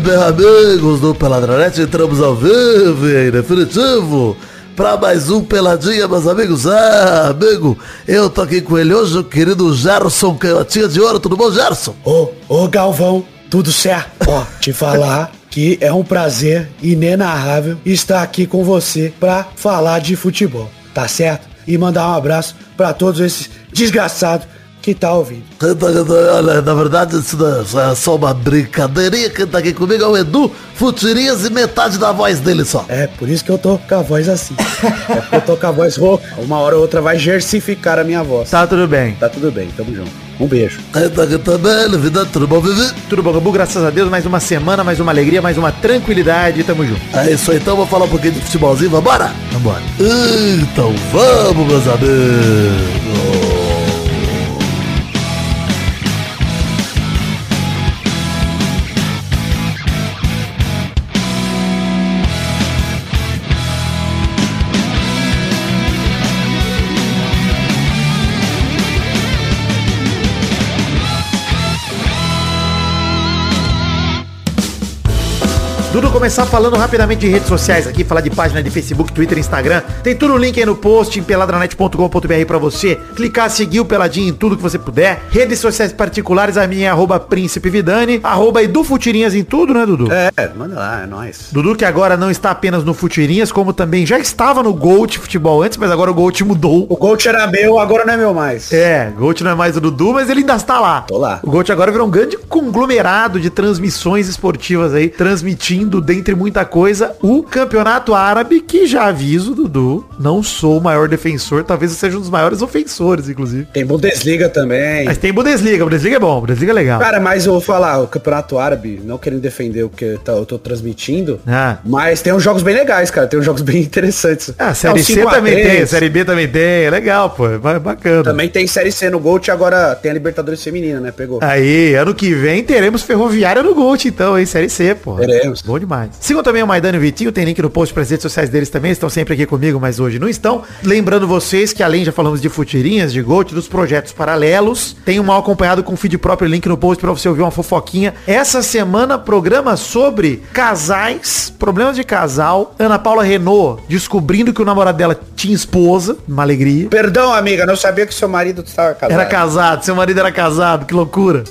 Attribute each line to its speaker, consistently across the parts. Speaker 1: bem, Ah, amigos do Peladranete? Entramos ao vivo e em definitivo para mais um Peladinha, meus amigos. Ah, amigo, eu tô aqui com ele hoje, o querido Gerson Canhotinha de Ouro. Tudo bom, Gerson?
Speaker 2: Ô, ô Galvão, tudo certo? Ó, te falar que é um prazer inenarrável estar aqui com você pra falar de futebol, tá certo? E mandar um abraço pra todos esses desgraçados que tá ouvindo.
Speaker 1: Quem tá aqui- Olha, na verdade, isso não é só uma brincadeirinha. Quem tá aqui comigo é o Edu Futirinhas e metade da voz dele só.
Speaker 2: É, por isso que eu tô com a voz assim. É porque eu tô com a voz rouca. Uma hora ou outra vai gercificar a minha voz. Tá,
Speaker 3: Tá tudo bem.
Speaker 2: tudo bem, tamo junto. Um beijo.
Speaker 1: Quem tá aqui também, ele vida, tudo bom, Vivi?
Speaker 3: Tudo bom, Gabu? Graças a Deus, mais uma semana, mais uma alegria, mais uma tranquilidade. Tamo junto.
Speaker 1: É isso aí, então vou falar um pouquinho de futebolzinho, vambora?
Speaker 3: Vambora.
Speaker 1: Então vamos, meus amigos.
Speaker 3: Dudu, começar falando rapidamente de redes sociais aqui, falar de página de Facebook, Twitter, Instagram. Tem tudo o link aí no post, em peladranet.com.br pra você. Clicar, seguir o Peladinho em tudo que você puder. Redes sociais particulares, a minha é arroba Príncipe Vidani, arroba Edu Futirinhas em tudo, né, Dudu?
Speaker 2: É, manda lá, é nóis.
Speaker 3: Dudu que agora não está apenas no Futirinhas, como também já estava no Gold Futebol antes, mas agora o Gold mudou.
Speaker 2: O Gold era meu, agora não é meu mais.
Speaker 3: É, Gold não é mais o Dudu, mas ele ainda está lá.
Speaker 2: Tô lá.
Speaker 3: O Gold agora virou um grande conglomerado de transmissões esportivas aí, transmitindo, dentre muita coisa, o Campeonato Árabe, que já aviso, Dudu, não sou o maior defensor, talvez eu seja um dos maiores ofensores, inclusive.
Speaker 2: Tem Bundesliga também.
Speaker 3: Mas tem Bundesliga, Bundesliga é bom, Bundesliga é legal.
Speaker 2: Cara, mas eu vou falar, o Campeonato Árabe, não querendo defender o que tá- eu tô transmitindo,
Speaker 3: Ah.
Speaker 2: mas tem uns jogos bem legais, cara. Tem uns jogos bem interessantes.
Speaker 3: Ah,
Speaker 2: É,
Speaker 3: série
Speaker 2: o
Speaker 3: C
Speaker 2: 5 a
Speaker 3: também
Speaker 2: 3,
Speaker 3: tem, série B também tem, é legal, pô, é ba- bacana.
Speaker 2: Também tem Série C no Gold e agora tem a Libertadores Feminina, né? Pegou.
Speaker 3: Ah. Aí, ano que vem teremos Ferroviária no Gold, então, hein? Série C, pô.
Speaker 2: Teremos.
Speaker 3: Bom demais. Sigam também o Maidano e o Vitinho, tem link no post para as redes sociais deles também, estão sempre aqui comigo, mas hoje não estão. Lembrando vocês que além já falamos de futirinhas, de Gold, dos projetos paralelos, tem um mal acompanhado com feed próprio, link no post para você ouvir uma fofoquinha. Essa semana, programa sobre casais, problemas de casal. Ana Paula Renault descobrindo que o namorado dela tinha esposa, uma alegria.
Speaker 2: Perdão, amiga, não sabia que seu marido estava casado.
Speaker 3: Era casado, seu marido era casado, que loucura.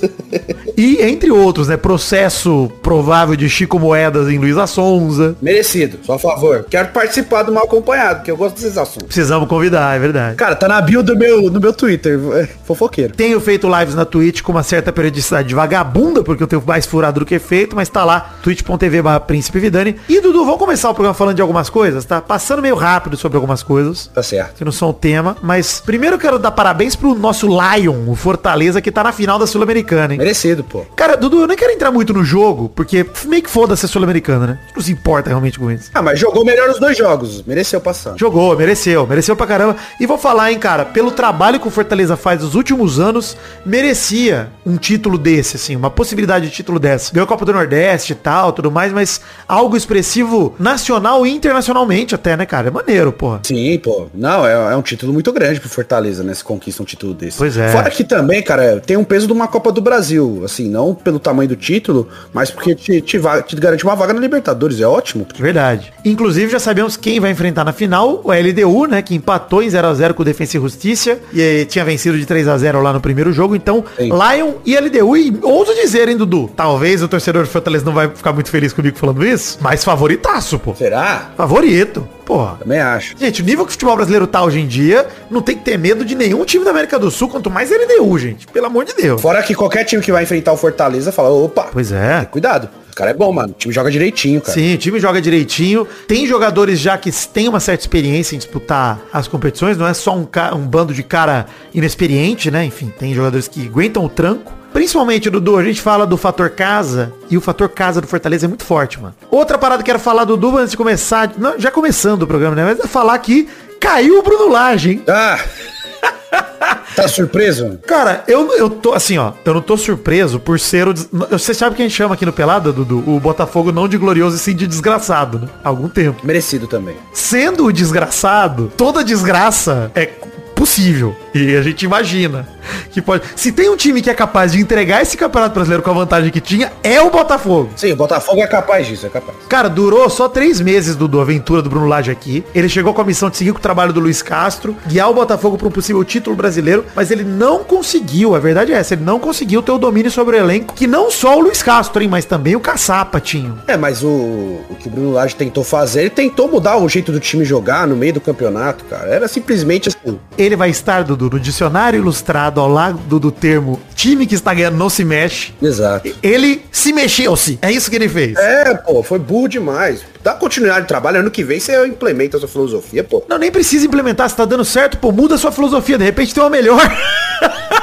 Speaker 3: e entre outros, né? Processo provável de Chico Moedas em Luísa Sonza.
Speaker 2: Merecido, só a favor. Quero participar do Mal Acompanhado, que eu gosto desses assuntos.
Speaker 3: Precisamos convidar, é verdade.
Speaker 2: Cara, tá na bio do meu, do meu Twitter, é, fofoqueiro.
Speaker 3: Tenho feito lives na Twitch com uma certa periodicidade vagabunda, porque eu tenho mais furado do que feito, mas tá lá, twitch.tv barra Príncipe Vidani. E Dudu, vamos começar o programa falando de algumas coisas, tá? Passando meio rápido sobre algumas coisas.
Speaker 2: Tá certo.
Speaker 3: que não são o tema, mas primeiro eu quero dar parabéns pro nosso Lion, o Fortaleza, que tá na final da Sul-Americana, hein?
Speaker 2: Merecido, pô.
Speaker 3: Cara, Dudu, eu nem quero entrar muito no jogo, porque meio que foda-se a Sul-Americana, né? Não se importa realmente com isso.
Speaker 2: Ah, mas jogou melhor os dois jogos. Mereceu passar.
Speaker 3: Jogou, mereceu, mereceu pra caramba. E vou falar, hein, cara, pelo trabalho que o Fortaleza faz nos últimos anos, merecia um título desse, assim, uma possibilidade de título dessa. Ganhou a Copa do Nordeste e tal, tudo mais, mas algo expressivo nacional e internacionalmente até, né, cara? É maneiro, porra.
Speaker 2: Sim, pô. Não, é, é um título muito grande pro Fortaleza, né? Se conquista um título desse.
Speaker 3: Pois é.
Speaker 2: Fora que também, cara, tem um peso de uma Copa do Brasil. Assim, não pelo tamanho do título, mas porque te, te, va- te garante uma vaga na Libertadores. É ótimo.
Speaker 3: De Verdade. Inclusive, já sabemos quem vai enfrentar na final, o LDU, né, que empatou em 0x0 com o Defensa e Justiça, e eh, tinha vencido de 3x0 lá no primeiro jogo, então,
Speaker 2: Sim.
Speaker 3: Lion e LDU, e ouso dizer, hein, Dudu, talvez o torcedor do Fortaleza não vai ficar muito feliz comigo falando isso, mas favoritaço, pô.
Speaker 2: Será?
Speaker 3: Favorito, porra.
Speaker 2: Também acho.
Speaker 3: Gente, o nível que o futebol brasileiro tá hoje em dia, não tem que ter medo de nenhum time da América do Sul, quanto mais LDU, gente, pelo amor de Deus.
Speaker 2: Fora que qualquer time que vai enfrentar o Fortaleza fala, opa,
Speaker 3: Pois é.
Speaker 2: cuidado. O cara é bom, mano. O time joga direitinho, cara.
Speaker 3: Sim, o time joga direitinho. Tem jogadores já que têm uma certa experiência em disputar as competições. Não é só um, ca- um bando de cara inexperiente, né? Enfim, tem jogadores que aguentam o tranco. Principalmente, Dudu, a gente fala do fator casa e o fator casa do Fortaleza é muito forte, mano. Outra parada que eu quero falar, Dudu, antes de começar, não, já começando o programa, né? Mas é falar que caiu o Bruno Lage, hein?
Speaker 2: Ah! tá surpreso?
Speaker 3: Cara, eu, eu tô assim, ó. Eu não tô surpreso por ser o. des- Você sabe quem a gente chama aqui no Pelada, Dudu? O Botafogo não de glorioso e sim de desgraçado, né? Há algum tempo.
Speaker 2: Merecido também.
Speaker 3: Sendo o desgraçado, toda desgraça é c- possível. E a gente imagina que pode. Se tem um time que é capaz de entregar esse campeonato brasileiro com a vantagem que tinha, é o Botafogo.
Speaker 2: Sim, o Botafogo é capaz disso, é capaz.
Speaker 3: Cara, durou só três meses do, do Aventura do Bruno Lage aqui. Ele chegou com a missão de seguir com o trabalho do Luiz Castro, guiar o Botafogo para um possível título brasileiro, mas ele não conseguiu, a verdade é essa, ele não conseguiu ter o domínio sobre o elenco, que não só o Luiz Castro, hein, mas também o Caçapa tinha.
Speaker 2: É, mas o, o que o Bruno Lage tentou fazer, ele tentou mudar o jeito do time jogar no meio do campeonato, cara. Era simplesmente assim.
Speaker 3: Ele vai estar, Dudu, no dicionário ilustrado ao lado do termo time que está ganhando não se mexe.
Speaker 2: Exato.
Speaker 3: Ele se mexeu-se. É isso que ele fez.
Speaker 2: É, pô, foi burro demais. Dá continuidade de trabalho, ano que vem você implementa a sua filosofia, pô.
Speaker 3: Não, nem precisa implementar, se tá dando certo, pô, muda a sua filosofia, de repente tem uma melhor.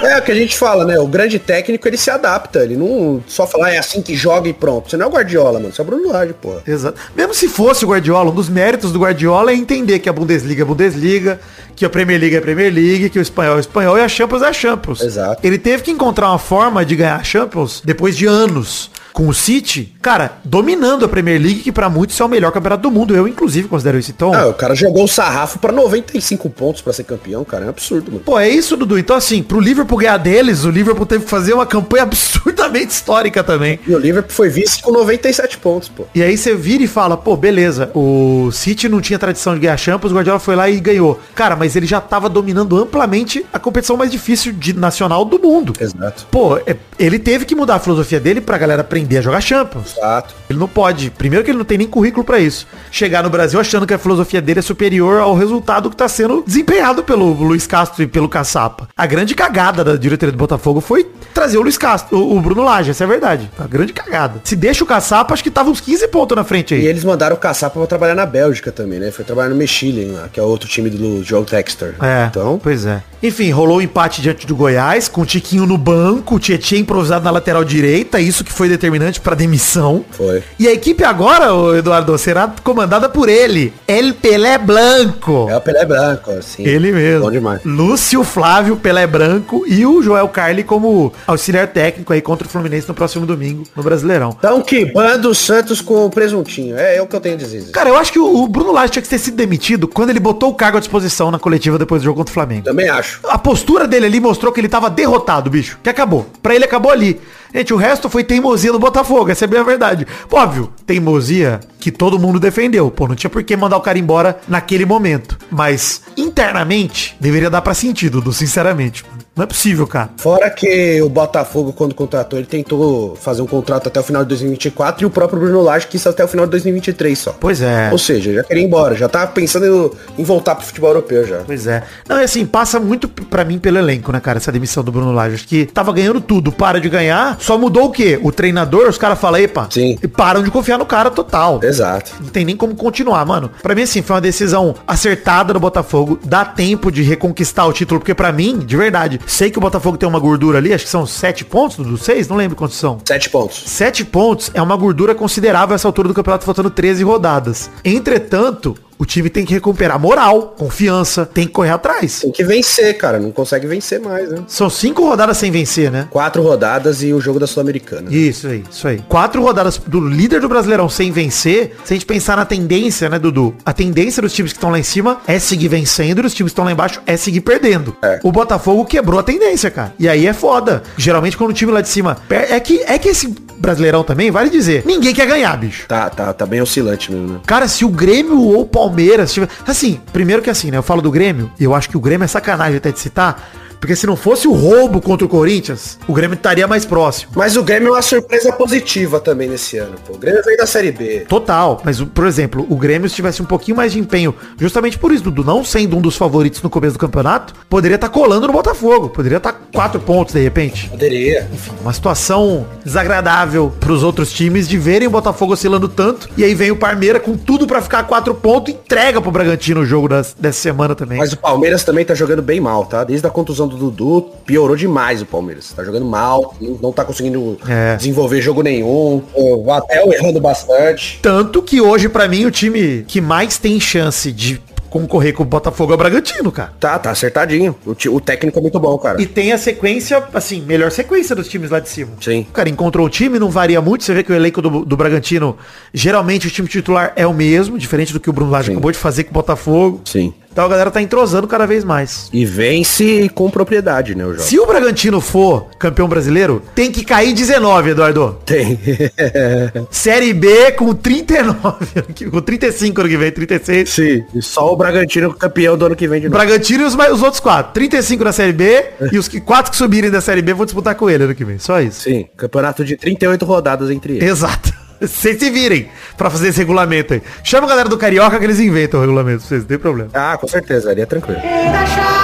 Speaker 2: É o que a gente fala, né? O grande técnico, ele se adapta. Ele não só fala, "Ah, é assim que joga e pronto. Você não é o Guardiola, mano. Você é o Bruno Lage, pô.
Speaker 3: Exato. Mesmo se fosse o Guardiola, um dos méritos do Guardiola é entender que a Bundesliga é Bundesliga, que a Premier League é Premier League, que o espanhol é espanhol e a Champions é a Champions.
Speaker 2: Exato.
Speaker 3: Ele teve que encontrar uma forma de ganhar a Champions depois de anos com o City, cara, dominando a Premier League, que pra muitos é o melhor campeonato do mundo. Eu, inclusive, considero isso. Então,
Speaker 2: Ah, o cara jogou o sarrafo pra 95 pontos pra ser campeão, cara. É um absurdo, mano.
Speaker 3: Pô, é isso, Dudu. Então, assim, pro Liverpool ganhar deles, o Liverpool teve que fazer uma campanha absurdamente histórica também.
Speaker 2: E o Liverpool foi vice com 97 pontos, pô.
Speaker 3: E aí você vira e fala, pô, beleza, o City não tinha tradição de ganhar Champions, o Guardiola foi lá e ganhou. Cara, mas ele já tava dominando amplamente a competição mais difícil de nacional do mundo.
Speaker 2: Exato.
Speaker 3: Pô, é- ele teve que mudar a filosofia dele pra galera aprender a jogar Champions.
Speaker 2: Exato.
Speaker 3: Ele não pode. Primeiro que ele não tem nem currículo pra isso. Chegar no Brasil achando que a filosofia dele é superior ao resultado que tá sendo desempenhado pelo Luiz Castro e pelo Caçapa. A grande cagada da diretoria do Botafogo foi trazer o Luiz Castro, o o Bruno Lage, essa é a verdade. A grande cagada. Se deixa o Caçapa, acho que tava uns 15 pontos na frente aí.
Speaker 2: E eles mandaram o Caçapa pra trabalhar na Bélgica também, né? Foi trabalhar no Mechelen lá, que é outro time do Joe Textor.
Speaker 3: É,
Speaker 2: Então,
Speaker 3: pois é. Enfim, rolou o empate diante do Goiás, com o Tiquinho no banco, o Tietchan improvisado na lateral direita, isso que foi determinante pra demissão.
Speaker 2: Foi.
Speaker 3: E a equipe agora, o Eduardo, será comandada por ele, El Pelé Blanco.
Speaker 2: é o Pelé Branco, assim.
Speaker 3: Ele mesmo.
Speaker 2: Bom demais.
Speaker 3: Lúcio Flávio Pelé Branco e o Joel Carli como auxiliar técnico aí contra o Fluminense no próximo domingo no Brasileirão.
Speaker 2: Então, que bando o Santos com o presuntinho. É, é o que eu tenho a dizer. Zé.
Speaker 3: Cara, eu acho que o o Bruno Lage tinha que ter sido demitido quando ele botou o cargo à disposição na coletiva depois do jogo contra o Flamengo.
Speaker 2: Também acho.
Speaker 3: A postura dele ali mostrou que ele tava derrotado, bicho. Que acabou. Pra ele acabou ali. Gente, o resto foi teimosia do Botafogo, essa é bem a verdade. Óbvio, teimosia que todo mundo defendeu. Pô, não tinha por que mandar o cara embora naquele momento. Mas, internamente, deveria dar pra sentir, Dudu, sinceramente. Não é possível, cara.
Speaker 2: Fora que o Botafogo, quando contratou, ele tentou fazer um contrato até o final de 2024 e o próprio Bruno Lage quis até o final de 2023 só.
Speaker 3: Pois é.
Speaker 2: Ou seja, já queria ir embora, já tava pensando em voltar pro futebol europeu já.
Speaker 3: Pois é. Não, e assim, passa muito p- pra mim pelo elenco, né, cara, essa demissão do Bruno Lage. Acho que tava ganhando tudo, para de ganhar, só mudou o quê? O treinador, os caras falam, epa,
Speaker 2: Sim.
Speaker 3: e param de confiar no cara total.
Speaker 2: Exato.
Speaker 3: Não tem nem como continuar, mano. Pra mim, assim, foi uma decisão acertada do Botafogo. Dá tempo de reconquistar o título, porque pra mim, de verdade, sei que o Botafogo tem uma gordura ali, acho que são sete pontos, Dudu, seis? Não lembro quantos são.
Speaker 2: Sete pontos.
Speaker 3: Sete pontos é uma gordura considerável essa altura do campeonato, faltando 13 rodadas. Entretanto, o time tem que recuperar moral, confiança, tem que correr atrás.
Speaker 2: Tem que vencer, cara. Não consegue vencer mais, né?
Speaker 3: São cinco rodadas sem vencer, né?
Speaker 2: Quatro rodadas e o jogo da Sul-Americana.
Speaker 3: Isso aí, isso aí. Quatro rodadas do líder do Brasileirão sem vencer, se a gente pensar na tendência, né, Dudu? A tendência dos times que estão lá em cima é seguir vencendo e dos times que estão lá embaixo é seguir perdendo.
Speaker 2: É.
Speaker 3: O Botafogo quebrou a tendência, cara. E aí é foda. Geralmente quando o time lá de cima. per- É que, é que esse Brasileirão também, vale dizer, ninguém quer ganhar, bicho.
Speaker 2: Tá, tá, tá bem oscilante mesmo, né?
Speaker 3: Cara, se o Grêmio ou o Palmeiras tiver. Assim, primeiro que assim, né? Eu falo do Grêmio, e eu acho que o Grêmio é sacanagem até de citar. Porque se não fosse o roubo contra o Corinthians, o Grêmio estaria mais próximo.
Speaker 2: Mas o Grêmio é uma surpresa positiva também nesse ano, pô. O Grêmio veio da Série B.
Speaker 3: Total. Mas, por exemplo, o Grêmio se tivesse um pouquinho mais de empenho, justamente por isso, Dudu, não sendo um dos favoritos no começo do campeonato, poderia estar colando no Botafogo. Poderia estar quatro pontos, de repente.
Speaker 2: Poderia.
Speaker 3: Enfim, uma situação desagradável pros outros times de verem o Botafogo oscilando tanto. E aí vem o Parmeira com tudo pra ficar a quatro pontos, entrega pro Bragantino o jogo das- dessa semana também.
Speaker 2: Mas o Palmeiras também tá jogando bem mal, tá? Desde a contusão do Dudu, piorou demais o Palmeiras. Tá jogando mal, não não tá conseguindo
Speaker 3: É.
Speaker 2: desenvolver jogo nenhum. Pô, O Atel errando bastante.
Speaker 3: Tanto que hoje, pra mim, o time que mais tem chance de concorrer com o Botafogo é o Bragantino, cara.
Speaker 2: Tá, tá acertadinho. O, ti- o técnico é muito bom, cara.
Speaker 3: E tem a sequência, assim, melhor sequência dos times lá de cima.
Speaker 2: Sim.
Speaker 3: O cara encontrou o time, não varia muito. Você vê que o elenco do, do Bragantino, geralmente o time titular é o mesmo, diferente do que o Bruno Lage
Speaker 2: Sim.
Speaker 3: acabou de fazer com o Botafogo.
Speaker 2: Sim.
Speaker 3: Então a galera tá entrosando cada vez mais.
Speaker 2: E vence com propriedade, né, o jogo?
Speaker 3: Se o Bragantino for campeão brasileiro, tem que cair 19, Eduardo.
Speaker 2: Tem.
Speaker 3: Série B com 39, com 35 ano que vem, 36.
Speaker 2: Sim. E só o Bragantino campeão do ano que vem de
Speaker 3: O
Speaker 2: novo.
Speaker 3: Bragantino e os, mais- os outros quatro. 35 na Série B e os que- quatro que subirem da Série B vão disputar com ele ano que vem. Só isso.
Speaker 2: Sim. Campeonato de 38 rodadas entre eles.
Speaker 3: Exato. Vocês se virem pra fazer esse regulamento aí. Chama a galera do Carioca que eles inventam o regulamento pra vocês, não tem problema.
Speaker 2: Ah, com certeza, ali é tranquilo.
Speaker 4: The Champions,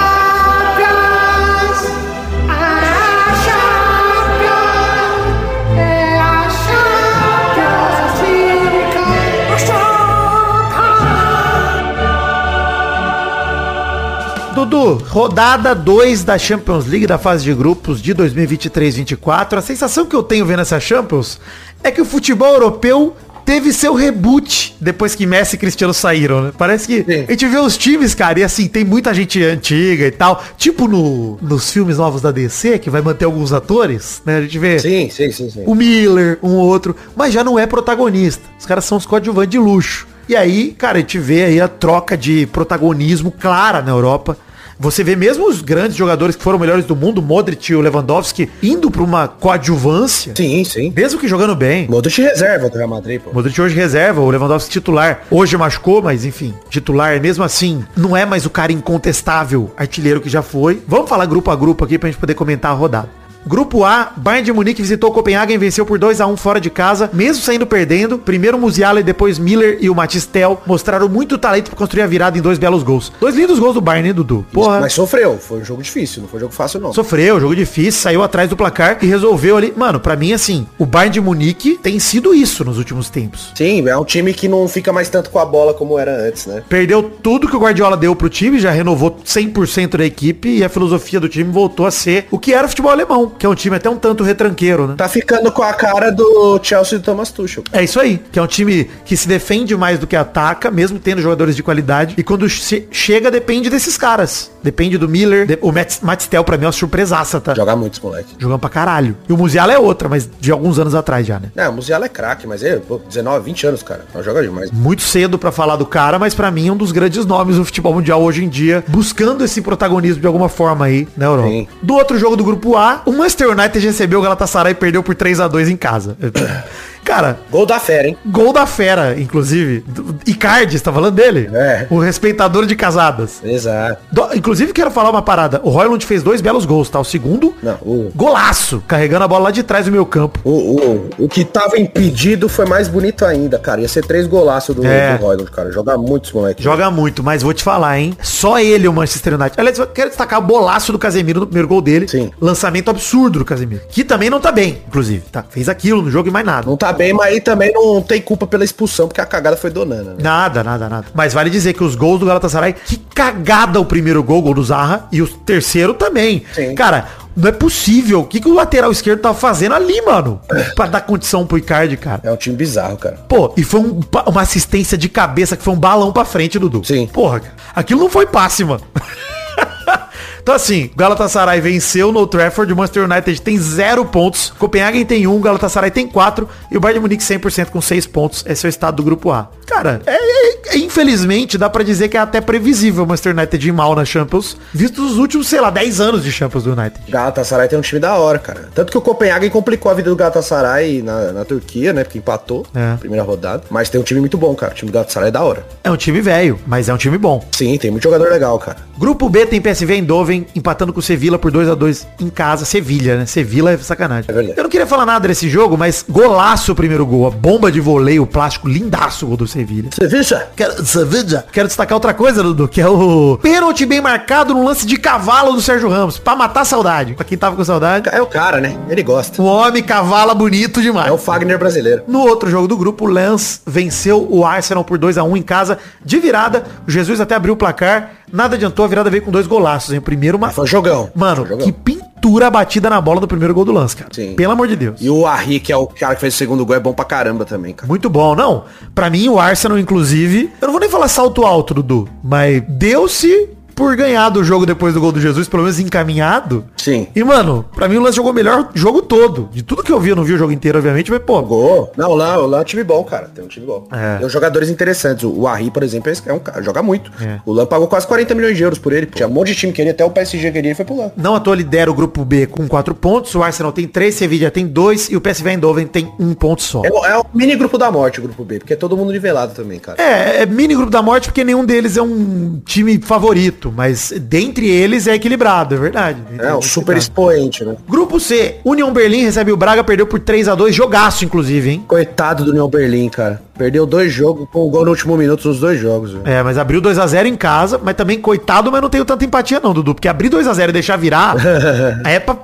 Speaker 4: a Champions, é a Champions, classifica a Champions.
Speaker 3: Dudu, rodada 2 da Champions League da fase de grupos de 2023-24. A sensação que eu tenho vendo essa Champions é que o futebol europeu teve seu reboot depois que Messi e Cristiano saíram, né? Parece que
Speaker 2: Sim.
Speaker 3: a gente vê os times, cara, e assim, tem muita gente antiga e tal. Tipo no, nos filmes novos da DC, que vai manter alguns atores, né? A gente vê
Speaker 2: Sim, sim, sim, sim.
Speaker 3: o Miller, um ou outro, mas já não é protagonista. Os caras são os coadjuvantes de luxo. E aí, cara, a gente vê aí a troca de protagonismo clara na Europa. Você vê mesmo os grandes jogadores que foram melhores do mundo, Modric e o Lewandowski, indo pra uma coadjuvância,
Speaker 2: Sim, sim.
Speaker 3: mesmo que jogando bem.
Speaker 2: Modric reserva do Real Madrid, pô.
Speaker 3: Modric hoje reserva, o Lewandowski titular. Hoje machucou, mas enfim, titular mesmo assim. Não é mais o cara incontestável, artilheiro que já foi. Vamos falar grupo a grupo aqui pra gente poder comentar a rodada. Grupo A, Bayern de Munique visitou Copenhague e venceu por 2 a 1 fora de casa, mesmo saindo perdendo. Primeiro Musiala e depois Miller e o Matistel mostraram muito talento pra construir a virada em dois belos gols. Dois lindos gols do Bayern, né, Dudu? Porra.
Speaker 2: Mas sofreu, foi um jogo difícil, não foi um jogo fácil não.
Speaker 3: Sofreu, jogo difícil, saiu atrás do placar e resolveu ali. Mano, pra mim, assim, o Bayern de Munique tem sido isso nos últimos tempos.
Speaker 2: Sim, é um time que não fica mais tanto com a bola como era antes, né?
Speaker 3: Perdeu tudo que o Guardiola deu pro time, já renovou 100% da equipe e a filosofia do time voltou a ser o que era o futebol alemão, que é um time até um tanto retranqueiro, né?
Speaker 2: Tá ficando com a cara do Chelsea e do Thomas Tuchel.
Speaker 3: É isso aí, que é um time que se defende mais do que ataca, mesmo tendo jogadores de qualidade. E quando che- chega, depende desses caras. Depende do Miller. de- o Mats- Matistel, pra mim, é uma surpresaça, tá?
Speaker 2: Jogar muito esse moleque.
Speaker 3: Jogando pra caralho. E o Musiala é outra, mas de alguns anos atrás já, né?
Speaker 2: Não, o Musiala é craque, mas ele, pô, 19, 20 anos, cara. Não joga demais.
Speaker 3: Muito cedo pra falar do cara, mas pra mim é um dos grandes nomes do futebol mundial hoje em dia, buscando esse protagonismo de alguma forma aí na Europa.
Speaker 2: Sim.
Speaker 3: Do outro jogo do grupo A, o Manchester United recebeu o Galatasaray e perdeu por 3 a 2 em casa. cara,
Speaker 2: Gol da fera, hein?
Speaker 3: gol da fera, inclusive. Do- Icardi, você tá falando dele?
Speaker 2: É.
Speaker 3: O respeitador de casadas.
Speaker 2: Exato.
Speaker 3: Do- inclusive, quero falar uma parada. O Royland fez dois belos gols, tá? O segundo,
Speaker 2: Não, o-
Speaker 3: golaço, carregando a bola lá de trás do meio campo.
Speaker 2: O, o, o que tava impedido foi mais bonito ainda, cara. Ia ser três golaços do,
Speaker 3: É.
Speaker 2: do Royland, cara. Joga muitos moleque.
Speaker 3: Joga muito, mas vou te falar, hein? Só ele, o Manchester United. Aliás, eu quero destacar o bolaço do Casemiro no primeiro gol dele.
Speaker 2: Sim.
Speaker 3: Lançamento absurdo do Casemiro. Que também não tá bem, inclusive. Tá, fez aquilo no jogo e mais nada.
Speaker 2: Não tá bem, mas aí também não tem culpa pela expulsão, porque a cagada foi do Nana, né?
Speaker 3: Nada, nada, nada. Mas vale dizer que os gols do Galatasaray, que cagada o primeiro gol, gol do Zarra, e o terceiro também.
Speaker 2: Sim.
Speaker 3: Cara, não é possível. O que, que o lateral esquerdo tá fazendo ali, mano? pra dar condição pro Icardi, cara.
Speaker 2: É um time bizarro, cara.
Speaker 3: Pô, e foi um pa- uma assistência de cabeça que foi um balão pra frente, Dudu.
Speaker 2: Sim.
Speaker 3: Porra, cara, aquilo não foi passe, mano. Então assim, Galatasaray venceu no Old Trafford, o Manchester United tem zero pontos, Copenhagen tem um, Galatasaray tem quatro e o Bayern de Munique 100% com seis pontos. Esse é o estado do grupo A. Cara, é, é- é- infelizmente dá pra dizer que é até previsível o Manchester United ir mal na Champions, visto os últimos, sei lá, 10 anos de Champions do United.
Speaker 2: Galatasaray tem um time da hora, cara. Tanto que o Copenhagen complicou a vida do Galatasaray na, na Turquia, né? Porque empatou
Speaker 3: É.
Speaker 2: na primeira rodada. Mas tem um time muito bom, cara. O time do Galatasaray é da hora.
Speaker 3: É um time velho, mas é um time bom.
Speaker 2: Sim, tem muito jogador legal, cara.
Speaker 3: Grupo B tem PSV Eindhoven empatando com o Sevilla por 2 a 2 em casa. Sevilha, né? Sevilha é sacanagem.
Speaker 2: É verdade.
Speaker 3: Eu não queria falar nada desse jogo, mas golaço o primeiro gol. A bomba de voleio, o plástico, lindaço o gol do Sevilha.
Speaker 2: Você viu, Chá?
Speaker 1: Quero, você veja,
Speaker 3: Quero destacar outra coisa, Dudu, que é o pênalti bem marcado no lance de cavalo do Sérgio Ramos, pra matar a saudade. Pra quem tava com saudade,
Speaker 2: É o cara, né? Ele gosta.
Speaker 3: o homem cavala bonito demais.
Speaker 2: É o Fagner brasileiro.
Speaker 3: No outro jogo do grupo, o Lens venceu o Arsenal por 2 a 1 em casa, de virada. O Jesus até abriu o placar, nada adiantou, a virada veio com dois golaços. Em primeiro, uma
Speaker 2: Foi um jogão.
Speaker 3: Mano,
Speaker 2: Foi um jogão.
Speaker 3: que pintura batida na bola do primeiro gol do Lance, cara.
Speaker 2: Sim.
Speaker 3: Pelo amor de Deus.
Speaker 2: E o Arri, que é o cara que fez o segundo gol, é bom pra caramba também, cara.
Speaker 3: Muito bom, não. Pra mim, o Arsenal, inclusive, eu não vou nem falar salto alto, Dudu, mas deu-se por ganhar do jogo depois do gol do Jesus, pelo menos encaminhado.
Speaker 2: Sim.
Speaker 3: E, mano, pra mim o Lance jogou melhor o jogo todo. De tudo que eu vi, eu não vi o jogo inteiro, obviamente, mas, pô,
Speaker 2: Gol. Não, lá, lá é um time bom, cara. Tem um time bom.
Speaker 3: É.
Speaker 2: Tem uns jogadores interessantes. O- O Arri, por exemplo, é esse- é um cara, joga muito.
Speaker 3: É.
Speaker 2: O Lan pagou quase 40 milhões de euros por ele. Tinha um monte de time queria, até o PSG queria, ele foi pro Lan.
Speaker 3: Não à toa lidera o grupo B com 4 pontos, o Arsenal tem 3, Sevilla tem 2 e o PSV Eindhoven tem 1 ponto só.
Speaker 2: É, o- é o mini grupo da morte, o grupo B, porque é todo mundo nivelado também, cara.
Speaker 3: É, é mini grupo da morte porque nenhum deles é um time favorito, mas dentre eles é equilibrado, é verdade.
Speaker 2: É, um
Speaker 3: Equilibrado.
Speaker 2: super expoente, né?
Speaker 3: Grupo C, União Berlim recebe o Braga, perdeu por 3 a 2 jogaço inclusive, hein?
Speaker 2: Coitado do União Berlim, cara. Perdeu dois jogos, com um gol no último minuto nos dois jogos, velho.
Speaker 3: É, mas abriu 2 a 0 em casa, mas também coitado, mas não tenho tanta empatia não, Dudu, porque abrir 2 a 0 e deixar virar é pra...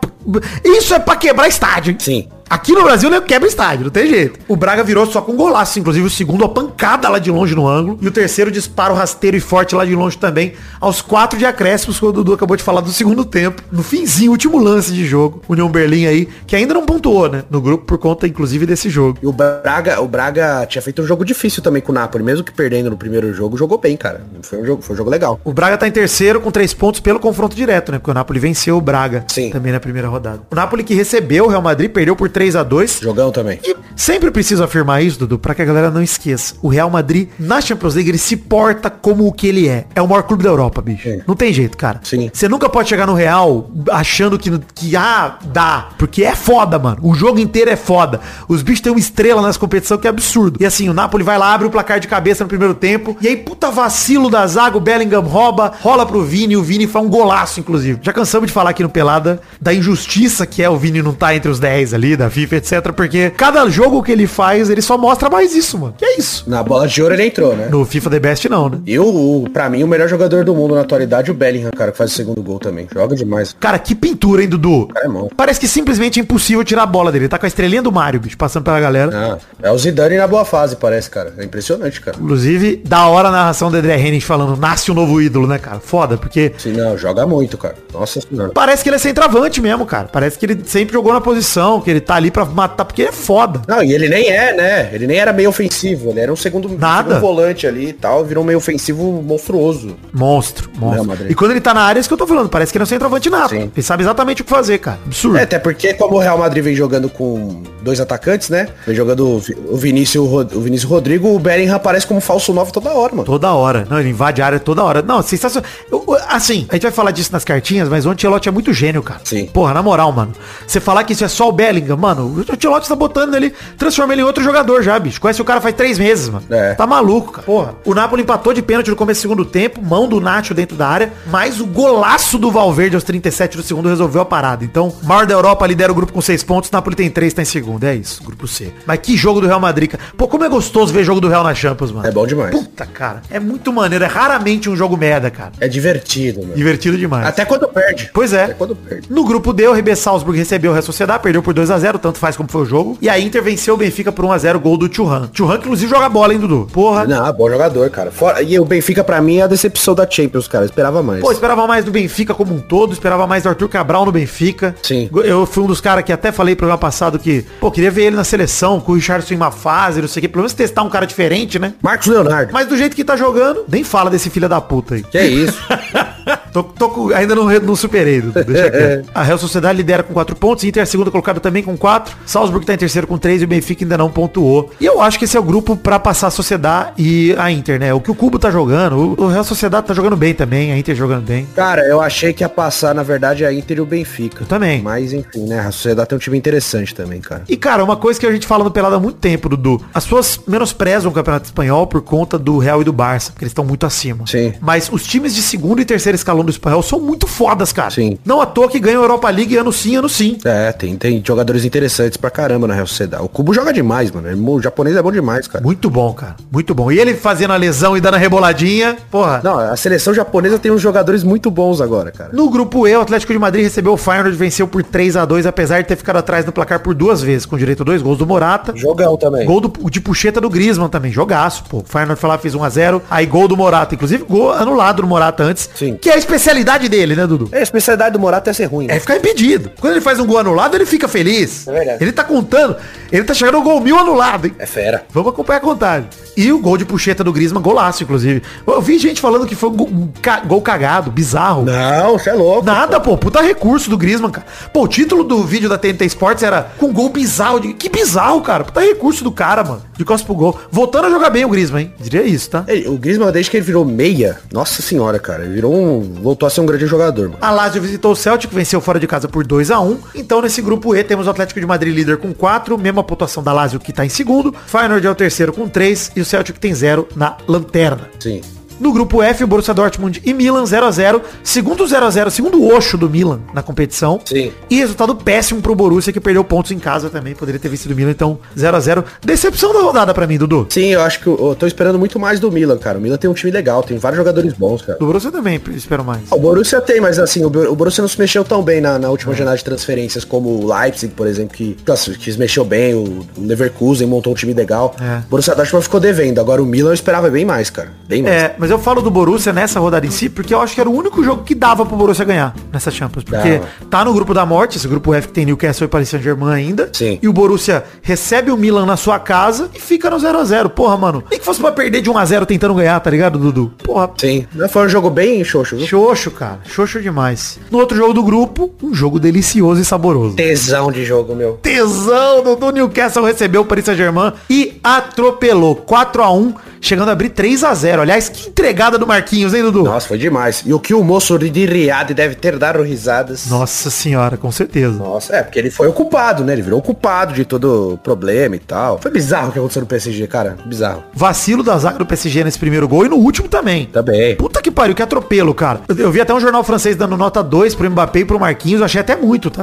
Speaker 3: Isso é pra quebrar estádio, hein?
Speaker 2: Sim.
Speaker 3: Aqui no Brasil, né, quebra estádio, não tem jeito. O Braga virou só com golaço, inclusive o segundo, a pancada lá de longe no ângulo. E o terceiro disparo rasteiro e forte lá de longe também. Aos quatro de acréscimos, que o Dudu acabou de falar do segundo tempo. No finzinho, último lance de jogo. União Berlim aí, que ainda não pontuou, né? No grupo, por conta, inclusive, desse jogo.
Speaker 2: E o Braga, o Braga tinha feito um jogo difícil também com o Napoli, mesmo que perdendo no primeiro jogo, jogou bem, cara. Foi um jogo, foi um jogo legal.
Speaker 3: O Braga tá em terceiro com três pontos pelo confronto direto, né? Porque o Napoli venceu o Braga
Speaker 2: Sim.
Speaker 3: também na primeira rodada. O Napoli que recebeu o Real Madrid perdeu por 3 a 2
Speaker 2: Jogão também.
Speaker 3: E sempre preciso afirmar isso, Dudu, pra que a galera não esqueça. O Real Madrid, na Champions League, ele se porta como o que ele é. É o maior clube da Europa, bicho.
Speaker 2: Sim.
Speaker 3: Não tem jeito, cara.
Speaker 2: Sim.
Speaker 3: Você nunca pode chegar no Real achando que, que ah, dá. Porque é foda, mano. O jogo inteiro é foda. Os bichos têm uma estrela nessa competição que é absurdo. E assim, o Napoli vai lá, abre o placar de cabeça no primeiro tempo. E aí, puta vacilo da zaga, o Bellingham rouba, rola pro Vini. O Vini faz um golaço, inclusive. Já cansamos de falar aqui no Pelada da injustiça que é o Vini não tá entre os 10 ali, da FIFA, etc. Porque cada jogo que ele faz, ele só mostra mais isso, mano. Que é isso.
Speaker 2: Na bola de ouro ele entrou, né?
Speaker 3: No FIFA The Best não, né?
Speaker 2: E o, o- pra mim, o melhor jogador do mundo na atualidade, é o Bellingham, cara, que faz o segundo gol também. Joga demais.
Speaker 3: Cara, que pintura, hein, Dudu?
Speaker 2: Cara, é bom.
Speaker 3: Parece que simplesmente é impossível tirar a bola dele. Ele tá com a estrelinha do Mario, bicho, passando pela galera.
Speaker 2: Ah, é o Zidane na boa fase, parece, cara. É impressionante, cara.
Speaker 3: Inclusive, da hora a narração do André Henning falando, nasce um novo ídolo, né, cara? Foda, porque
Speaker 2: Sim, não, joga muito, cara. Nossa senhora.
Speaker 3: parece que ele é centroavante mesmo, cara. Parece que ele sempre jogou na posição, que ele tá ali pra matar, porque ele é foda.
Speaker 2: Não, e ele nem é, né? Ele nem era meio ofensivo. Ele era um segundo,
Speaker 3: Nada.
Speaker 2: segundo volante ali e tal. Virou um meio ofensivo monstruoso.
Speaker 3: Monstro,
Speaker 2: Real
Speaker 3: monstro.
Speaker 2: Madrid.
Speaker 3: E quando ele tá na área, é isso que eu tô falando, parece que ele é um centroavante nato.
Speaker 2: Sim.
Speaker 3: Ele sabe exatamente o que fazer, cara. Absurdo.
Speaker 2: É, até porque como o Real Madrid vem jogando com dois atacantes, né? Vem jogando o Vi- o Vinícius, e o Rod- o Vinícius Rodrigo, o Bellingham aparece como falso nove toda hora, mano.
Speaker 3: Toda hora. Não, ele invade a área toda hora. Não, sensacional. Eu- eu- Assim, a gente vai falar disso nas cartinhas, mas o Antelote é muito gênio, cara.
Speaker 2: Sim.
Speaker 3: Porra, na moral, mano. Você falar que isso é só o Bellingham, mano, o Antelote tá botando ele, transforma ele em outro jogador já, bicho. Conhece o cara faz três meses, mano.
Speaker 2: É.
Speaker 3: Tá maluco, cara. Porra. O Napoli empatou de pênalti no começo do segundo tempo, mão do Nacho dentro da área, mas o golaço do Valverde aos 37 do segundo resolveu a parada. Então, o maior da Europa lidera o grupo com seis pontos, o Napoli tem três, tá em segundo. É isso, grupo C. Mas que jogo do Real Madrid, cara. Pô, como é gostoso ver jogo do Real na Champions, mano.
Speaker 2: É bom demais.
Speaker 3: Puta, cara. É muito maneiro. É raramente um jogo merda, cara.
Speaker 2: É divertido, mano.
Speaker 3: Divertido demais.
Speaker 2: Até quando perde.
Speaker 3: É. Pois
Speaker 2: Até
Speaker 3: é.
Speaker 2: quando perde.
Speaker 3: No grupo D, o RB Salzburg recebeu o Real Sociedade, perdeu por 2x0, tanto faz como foi o jogo. E a Inter venceu o Benfica por 1x0, gol do Churran. Churran, que, inclusive, joga bola, hein, Dudu? Porra.
Speaker 2: Não, bom jogador, cara. Fora- E o Benfica, pra mim, é a decepção da Champions, cara. Eu esperava mais.
Speaker 3: Pô, esperava mais do Benfica como um todo, esperava mais do Arthur Cabral no Benfica.
Speaker 2: Sim.
Speaker 3: Eu fui um dos caras que até falei no programa passado que, pô, queria ver ele na seleção, com o Richardson em uma fase, não sei o quê. Pelo menos testar um cara diferente, né?
Speaker 2: Marcos Leonardo.
Speaker 3: Mas do jeito que tá jogando, nem fala desse filho da puta aí.
Speaker 2: Que é isso.
Speaker 3: Tô, tô com- ainda não, re- não superei, Dudu.
Speaker 2: É.
Speaker 3: Deixa quieto. A Real Sociedade lidera com 4 pontos, Inter é segunda colocada também com 4, Salzburg tá em terceiro com 3 e o Benfica ainda não pontuou. E eu acho que esse é o grupo pra passar a Sociedade e a Inter, né? O que o Cubo tá jogando, o, o Real Sociedade tá jogando bem também, a Inter jogando bem.
Speaker 2: cara, eu achei que ia passar, na verdade, a Inter e o Benfica.
Speaker 3: Eu também.
Speaker 2: Mas, enfim, né? A Sociedade tem um time interessante também, cara.
Speaker 3: E, cara, uma coisa que a gente fala no Pelada há muito tempo, Dudu. As pessoas menosprezam o Campeonato Espanhol por conta do Real e do Barça, porque eles estão muito acima.
Speaker 2: Sim.
Speaker 3: Mas os times de segundo e terceiro escalão do Espanhol são muito fodas, cara.
Speaker 2: Sim.
Speaker 3: Não à toa que ganham a Europa League ano sim, ano sim.
Speaker 2: É, tem, tem jogadores interessantes pra caramba na Real Sociedade. O Cubo joga demais, mano. Ele- O japonês é bom demais, cara.
Speaker 3: Muito bom, cara. Muito bom. E ele fazendo a lesão e dando a reboladinha, porra.
Speaker 2: Não, a seleção japonesa tem uns jogadores muito bons agora, cara.
Speaker 3: No grupo E, o Atlético de Madrid recebeu o Feyenoord, venceu por 3 a 2 apesar de ter ficado atrás no placar por duas vezes, com direito a dois gols do Morata.
Speaker 2: Jogão também.
Speaker 3: Gol do- de puxeta do Griezmann também, jogaço, pô. O Feyenoord foi lá, fez 1x0, aí gol do Morata, inclusive gol anulado do Morata antes,
Speaker 2: Sim.
Speaker 3: que é a especialidade dele, né, Dudu?
Speaker 2: É, a especialidade do Morata é ser ruim, né?
Speaker 3: É ficar impedido. Quando ele faz um gol anulado, ele fica feliz.
Speaker 2: É verdade.
Speaker 3: Ele tá contando, ele tá chegando ao gol mil anulado, hein?
Speaker 2: É fera.
Speaker 3: Vamos acompanhar a contagem. E o gol de puxeta do Griezmann, golaço, inclusive. Eu vi gente falando que foi um go- um ca- gol cagado, bizarro.
Speaker 2: Não, você é louco.
Speaker 3: Nada, pô. Puta recurso do Griezmann, cara. Pô, o título do vídeo da TNT Sports era com gol bizarro. De... Que bizarro, cara. Puta recurso do cara, mano. De costas pro gol. Voltando a jogar bem o Griezmann, hein? Diria isso, tá?
Speaker 2: Ei, O Griezmann, desde que ele virou meia, nossa senhora, cara, ele virou um. voltou a ser um grande jogador, mano.
Speaker 3: A Lazio visitou o Celtic, venceu fora de casa por 2 a 1 Então, nesse grupo E, temos o Atlético de Madrid líder com 4, mesma pontuação da Lazio que tá em segundo. Feyenoord é o terceiro com 3 e o Celtic tem 0 na lanterna.
Speaker 2: Sim.
Speaker 3: No grupo F, o Borussia Dortmund e Milan 0 a 0 segundo 0 a 0 segundo oxo do Milan na competição.
Speaker 2: Sim.
Speaker 3: E resultado péssimo pro Borussia, que perdeu pontos em casa também, poderia ter vencido o Milan, então 0 a 0 Decepção da rodada pra mim, Dudu.
Speaker 2: Sim, eu acho que eu, eu tô esperando muito mais do Milan, cara. O Milan tem um time legal, tem vários jogadores bons, cara.
Speaker 3: Do Borussia também, espero mais.
Speaker 2: O Borussia tem, mas assim, o Bor- o Borussia não se mexeu tão bem na, na última jornada de transferências, como o Leipzig, por exemplo, que, nossa, que se mexeu bem, o o Leverkusen montou um time legal.
Speaker 3: É.
Speaker 2: O Borussia Dortmund ficou devendo, agora o Milan eu esperava bem mais, cara. Bem mais.
Speaker 3: É, mas eu falo do Borussia nessa rodada em si, porque eu acho que era o único jogo que dava pro Borussia ganhar nessa Champions. Porque
Speaker 2: Dava.
Speaker 3: tá no grupo da morte, esse grupo F que tem Newcastle e Paris Saint-Germain ainda.
Speaker 2: Sim.
Speaker 3: E o Borussia recebe o Milan na sua casa e fica no 0x0. Porra, mano. Nem que fosse pra perder de 1x0 tentando ganhar, tá ligado, Dudu? Porra,
Speaker 2: Sim. Foi um jogo bem xoxo, viu?
Speaker 3: xoxo, cara. Xoxo demais. No outro jogo do grupo, um jogo delicioso e saboroso.
Speaker 2: Tesão de jogo, meu.
Speaker 3: Tesão do, do Newcastle recebeu o Paris Saint-Germain e atropelou 4x1, chegando a abrir 3x0. Aliás, que entregada do Marquinhos, hein, Dudu?
Speaker 2: Nossa, foi demais. E o que o moço de Riad deve ter dado risadas.
Speaker 3: Nossa senhora, com certeza.
Speaker 2: Nossa, é, porque ele foi o culpado, né? Ele virou o culpado de todo o problema e tal. Foi bizarro o que aconteceu no PSG, cara. Bizarro.
Speaker 3: Vacilo da zaga do PSG nesse primeiro gol e no último também.
Speaker 2: Também.
Speaker 3: Puta que pariu, que atropelo, cara. Eu- Eu vi até um jornal francês dando nota 2 pro Mbappé e pro Marquinhos, eu achei até muito, tá?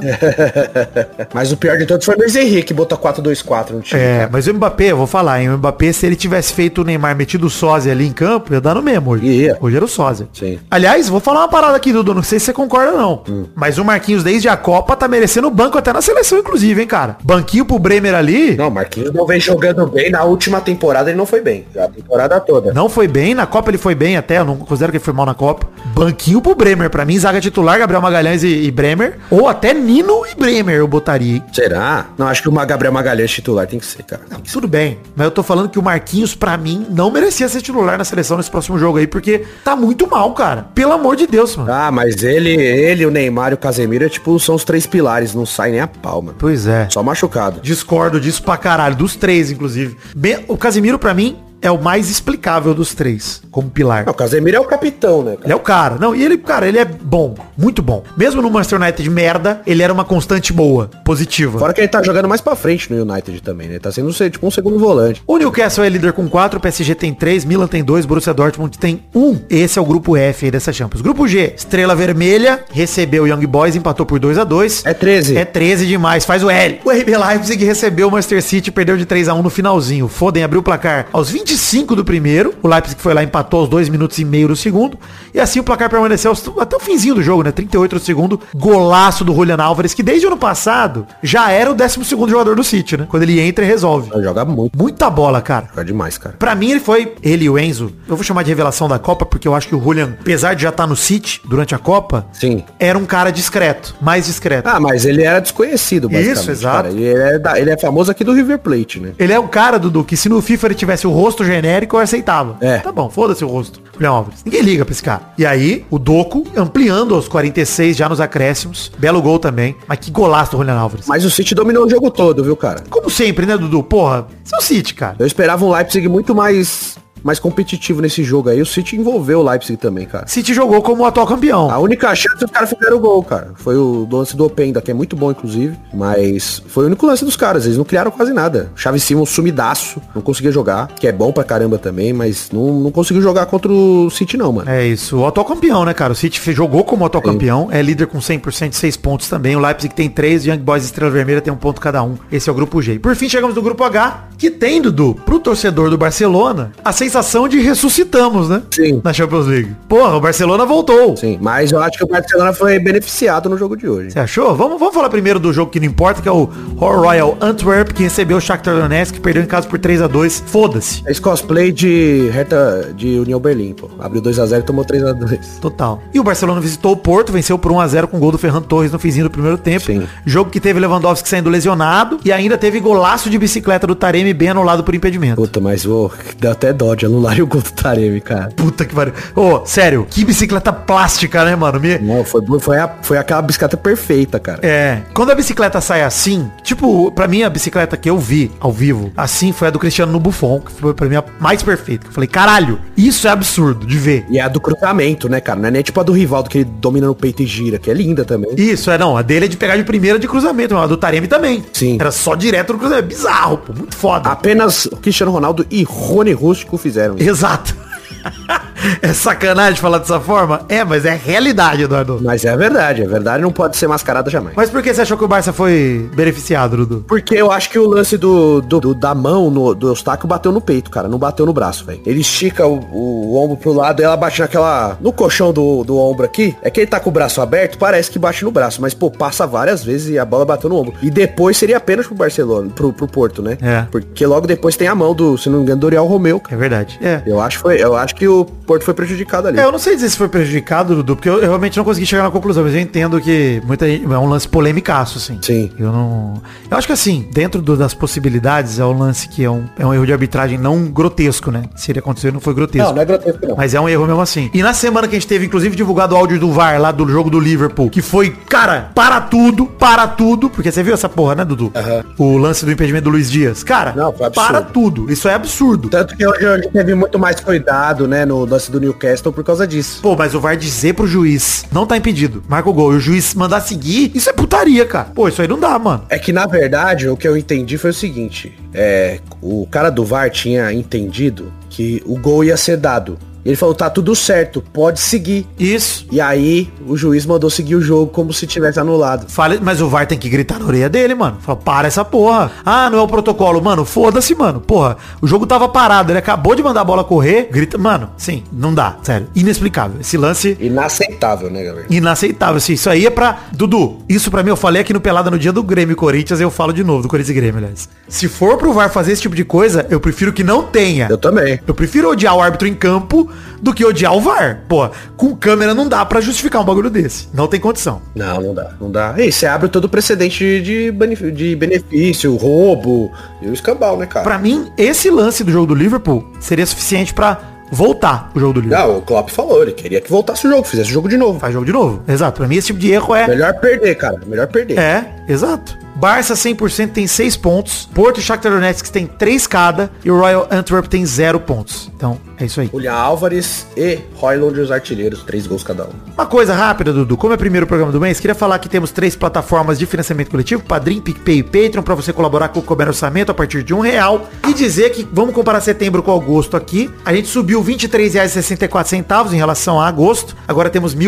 Speaker 2: Mas o pior de todos foi o Luiz Henrique, que botou 4-2-4 no time.
Speaker 3: É, mas o Mbappé, eu vou falar, hein? O Mbappé, se ele tivesse feito o Neymar metido o sósia ali em campo, ia dar no mesmo hoje.
Speaker 2: Ia.
Speaker 3: Hoje era o sósia.
Speaker 2: Sim. Hum.
Speaker 3: Aliás, vou falar uma parada aqui, Dudu, não sei se você concorda ou não. Mas o Marquinhos, desde a Copa, tá merecendo banco até na seleção, inclusive, hein, cara? Banquinho pro Bremer ali,
Speaker 2: Não, o Marquinhos não vem jogando bem. Na última temporada ele não foi bem. A temporada toda.
Speaker 3: Não foi bem, na Copa ele foi bem até, eu não considero que ele foi mal na Copa. Banquinho pro Bremer, pra mim, zaga titular, Gabriel Magalhães e, e Bremer. Ou até Nino e Bremer eu botaria. hein?
Speaker 2: Será? Não, acho que o Ma- Gabriel Magalhães é titular tem que ser, cara.
Speaker 3: Tudo bem, mas eu tô falando que o Marquinhos, pra mim, não merecia ser titular na seleção nesse próximo jogo aí, porque tá muito mal, cara. Pelo amor de Deus, mano.
Speaker 2: Ah, mas ele, ele, o Neymar e o Casemiro, é, tipo, são os três pilares. Não sai nem a pau, mano.
Speaker 3: Pois é.
Speaker 2: Só machucado.
Speaker 3: Discordo disso pra caralho, dos três, inclusive. Bem, o Casimiro, pra mim, é o mais explicável dos três, como pilar.
Speaker 2: Não, o Casemiro é o capitão, né,
Speaker 3: Ele
Speaker 2: cara?
Speaker 3: é o cara. Não, e ele, cara, ele é bom. Muito bom. Mesmo no Manchester United merda, ele era uma constante boa, positiva.
Speaker 2: Fora que ele tá jogando mais pra frente no United também, né? Ele tá sendo tipo um segundo volante.
Speaker 3: O Newcastle é líder com 4, o PSG tem 3, Milan tem 2, Borussia Dortmund tem 1. Esse é o grupo F aí dessa Champions. Grupo G, Estrela Vermelha, recebeu o Young Boys, empatou por 2 a 2
Speaker 2: É 13.
Speaker 3: É 13 demais, faz o L. O RB Leipzig recebeu o Manchester City, perdeu de 3 a 1 no finalzinho. Foden abriu o placar aos 25 do primeiro. O Leipzig foi lá, e empatou aos 2 minutos e meio do segundo. E assim o placar permaneceu aos- até o finzinho do jogo, né? 38 do segundo. Golaço do Julian Álvares, que desde o ano passado já era o 12º jogador do City, né? Quando ele entra e resolve.
Speaker 2: Ele Joga muito.
Speaker 3: Muita bola, cara.
Speaker 2: Joga demais, cara.
Speaker 3: Pra mim, ele foi, ele e o Enzo, eu vou chamar de revelação da Copa, porque eu acho que o Julian, apesar de já estar no City durante a Copa,
Speaker 2: Sim.
Speaker 3: era um cara discreto, mais discreto.
Speaker 2: Ah, mas ele era desconhecido, basicamente.
Speaker 3: Isso, exato.
Speaker 2: cara. Ele, é da- ele é famoso aqui do River Plate, né?
Speaker 3: Ele é um cara, Dudu, que se no FIFA ele tivesse o rosto genérico, eu aceitava.
Speaker 2: É.
Speaker 3: Tá bom, foda-se o rosto. Julian Álvares. Ninguém liga pra esse cara. E aí, o Doco ampliando aos 46 já nos acréscimos. Belo gol também. Mas que golaço do Julian Álvares.
Speaker 2: Mas o City dominou o jogo todo, viu, cara?
Speaker 3: Como sempre, né, Dudu? Porra, isso é o City, cara.
Speaker 2: Eu esperava um Leipzig muito mais, mais competitivo nesse jogo aí. O City envolveu o Leipzig também, cara.
Speaker 3: City jogou como o atual campeão.
Speaker 2: A única chance os caras fizeram o gol, cara. Foi o lance do Openda, que é muito bom, inclusive. Mas foi o único lance dos caras. Eles não criaram quase nada. O Chaves Simon sumidaço. Não conseguia jogar. Que é bom pra caramba também, mas não, não conseguiu jogar contra o City, não, mano.
Speaker 3: É isso, o atual campeão, né, cara? O City fe- jogou como atual campeão, é líder com 100%, 6 pontos também. O Leipzig tem 3, Young Boys e Estrela Vermelha tem um ponto cada um. Esse é o grupo G. E por fim, chegamos no grupo H, que tem, Dudu, pro torcedor do Barcelona, a sensação de ressuscitamos, né?
Speaker 2: Sim.
Speaker 3: Na Champions League. Porra, o Barcelona voltou.
Speaker 2: Sim, mas eu acho que o Barcelona foi beneficiado no jogo de hoje.
Speaker 3: Você achou? Vamos, vamos falar primeiro do jogo que não importa, que é o Royal Antwerp, que recebeu o Shakhtar Donetsk, que perdeu em casa por 3 a 2 Foda-se.
Speaker 2: Esse cosplay de reta de União Berlim, pô. Abriu 2x0 e tomou 3x2.
Speaker 3: Total. E o Barcelona visitou o Porto, venceu por 1x0 com o gol do Ferran Torres no finzinho do primeiro tempo.
Speaker 2: Sim.
Speaker 3: Jogo que teve Lewandowski saindo lesionado e ainda teve golaço de bicicleta do Taremi bem anulado por impedimento.
Speaker 2: Puta, mas ô, deu até dó de anular o gol do Taremi, cara.
Speaker 3: Puta que pariu. Ô, sério, que bicicleta plástica, né, mano? Me-
Speaker 2: Não, foi, foi, a- foi aquela bicicleta perfeita, cara.
Speaker 3: É, quando a bicicleta sai assim, tipo, pra mim a bicicleta que eu vi ao vivo, assim, foi a do Cristiano no Buffon, que foi pra mim a mais perfeita. Eu falei, caralho, isso é absurdo de ver.
Speaker 2: E é a do cruzamento, né, cara? Não é nem tipo a do Rivaldo que ele domina no peito e gira, que é linda também.
Speaker 3: Isso, é não. A dele é de pegar de primeira de cruzamento, mas a do Taremi também.
Speaker 2: Sim.
Speaker 3: Era só direto no cruzamento. É Bizarro, pô. Muito foda.
Speaker 2: Apenas o Cristiano Ronaldo e Rony Rústico fizeram isso.
Speaker 3: Exato. é sacanagem falar dessa forma? É, mas é realidade, Eduardo.
Speaker 2: Mas é verdade, é verdade, não pode ser mascarada jamais.
Speaker 3: Mas por que você achou que o Barça foi beneficiado, Dudu?
Speaker 2: Porque eu acho que o lance do, do, do- da mão no, do Eustáquio bateu no peito, cara. Não bateu no braço, velho. Ele estica o, o ombro pro lado e ela bate naquela. No colchão do, do ombro aqui. É que ele tá com o braço aberto, parece que bate no braço. Mas, pô, passa várias vezes e a bola bateu no ombro. E depois seria apenas pro Barcelona, pro, pro Porto, né?
Speaker 3: É.
Speaker 2: Porque logo depois tem a mão do, se não me engano, do Dorial Romeu, cara.
Speaker 3: É verdade. É.
Speaker 2: Eu acho, que foi, eu acho que o Porto foi prejudicado ali.
Speaker 3: É, eu não sei dizer se foi prejudicado, Dudu, porque eu, eu realmente não consegui chegar na conclusão, mas eu entendo que muita gente, é um lance polêmicaço, assim.
Speaker 2: Sim.
Speaker 3: Eu não. Eu acho que assim, dentro do- das possibilidades, é um lance que é um, é um erro de arbitragem não grotesco, né? Se ele aconteceu, não foi grotesco.
Speaker 2: Não, não é grotesco, não.
Speaker 3: Mas é um erro mesmo assim. E na semana que a gente teve, inclusive, divulgado o áudio do VAR lá do jogo do Liverpool, que foi, cara, para tudo, para tudo, porque você viu essa porra, né, Dudu?
Speaker 2: Aham.
Speaker 3: O lance do impedimento do Luiz Dias. Cara,
Speaker 2: Não, foi absurdo.
Speaker 3: para tudo. Isso é absurdo.
Speaker 2: Tanto que hoje ele teve muito mais cuidado, né, no lance do Newcastle por causa disso.
Speaker 3: Pô, mas o VAR dizer pro juiz, não tá impedido, marca o gol, e o juiz mandar seguir, isso é putaria, cara. Pô, isso aí não dá, mano.
Speaker 2: É que na verdade o que eu entendi foi o seguinte: é, o cara do VAR tinha entendido que o gol ia ser dado. Ele falou, tá tudo certo, pode seguir.
Speaker 3: Isso.
Speaker 2: E aí o juiz mandou seguir o jogo como se tivesse anulado.
Speaker 3: Fala, mas o VAR tem que gritar na orelha dele, mano. Fala, para essa porra. Ah, não é o protocolo. Mano, foda-se, mano. Porra, o jogo tava parado, ele acabou de mandar a bola correr, grita. Mano, sim, não dá, sério. Inexplicável. Esse lance
Speaker 2: Inaceitável, né, galera?
Speaker 3: inaceitável. Assim, isso aí é pra. Dudu, isso pra mim eu falei aqui no Pelada no dia do Grêmio e Corinthians, eu falo de novo, do Corinthians e Grêmio, aliás. Se for pro VAR fazer esse tipo de coisa, eu prefiro que não tenha.
Speaker 2: Eu também.
Speaker 3: Eu prefiro odiar o árbitro em campo do que odiar o VAR. Pô, com câmera não dá pra justificar um bagulho desse. Não tem condição.
Speaker 2: Não, não dá, não dá. E você abre todo o precedente de, benef- de benefício, roubo e o escambau, né, cara?
Speaker 3: Pra mim, esse lance do jogo do Liverpool seria suficiente pra voltar o jogo do Liverpool.
Speaker 2: Não, o Klopp falou, ele queria que voltasse o jogo, fizesse o jogo de novo.
Speaker 3: Faz jogo de novo. Exato. Pra mim, esse tipo de erro é.
Speaker 2: Melhor perder, cara, melhor perder.
Speaker 3: É, exato. Barça 100% tem 6 pontos, Porto e Shakhtar Donetsk tem 3 cada e o Royal Antwerp tem 0 pontos. Então, é isso aí.
Speaker 2: Julian Álvares e Royland os artilheiros, três gols cada um.
Speaker 3: Uma coisa rápida, Dudu. Como é o primeiro programa do mês, queria falar que temos três plataformas de financiamento coletivo, Padrim, PicPay e Patreon, pra você colaborar com o Comer Orçamento a partir de um real. E dizer que, vamos comparar setembro com agosto aqui, a gente subiu R$ 23,64 em relação a agosto, agora temos R$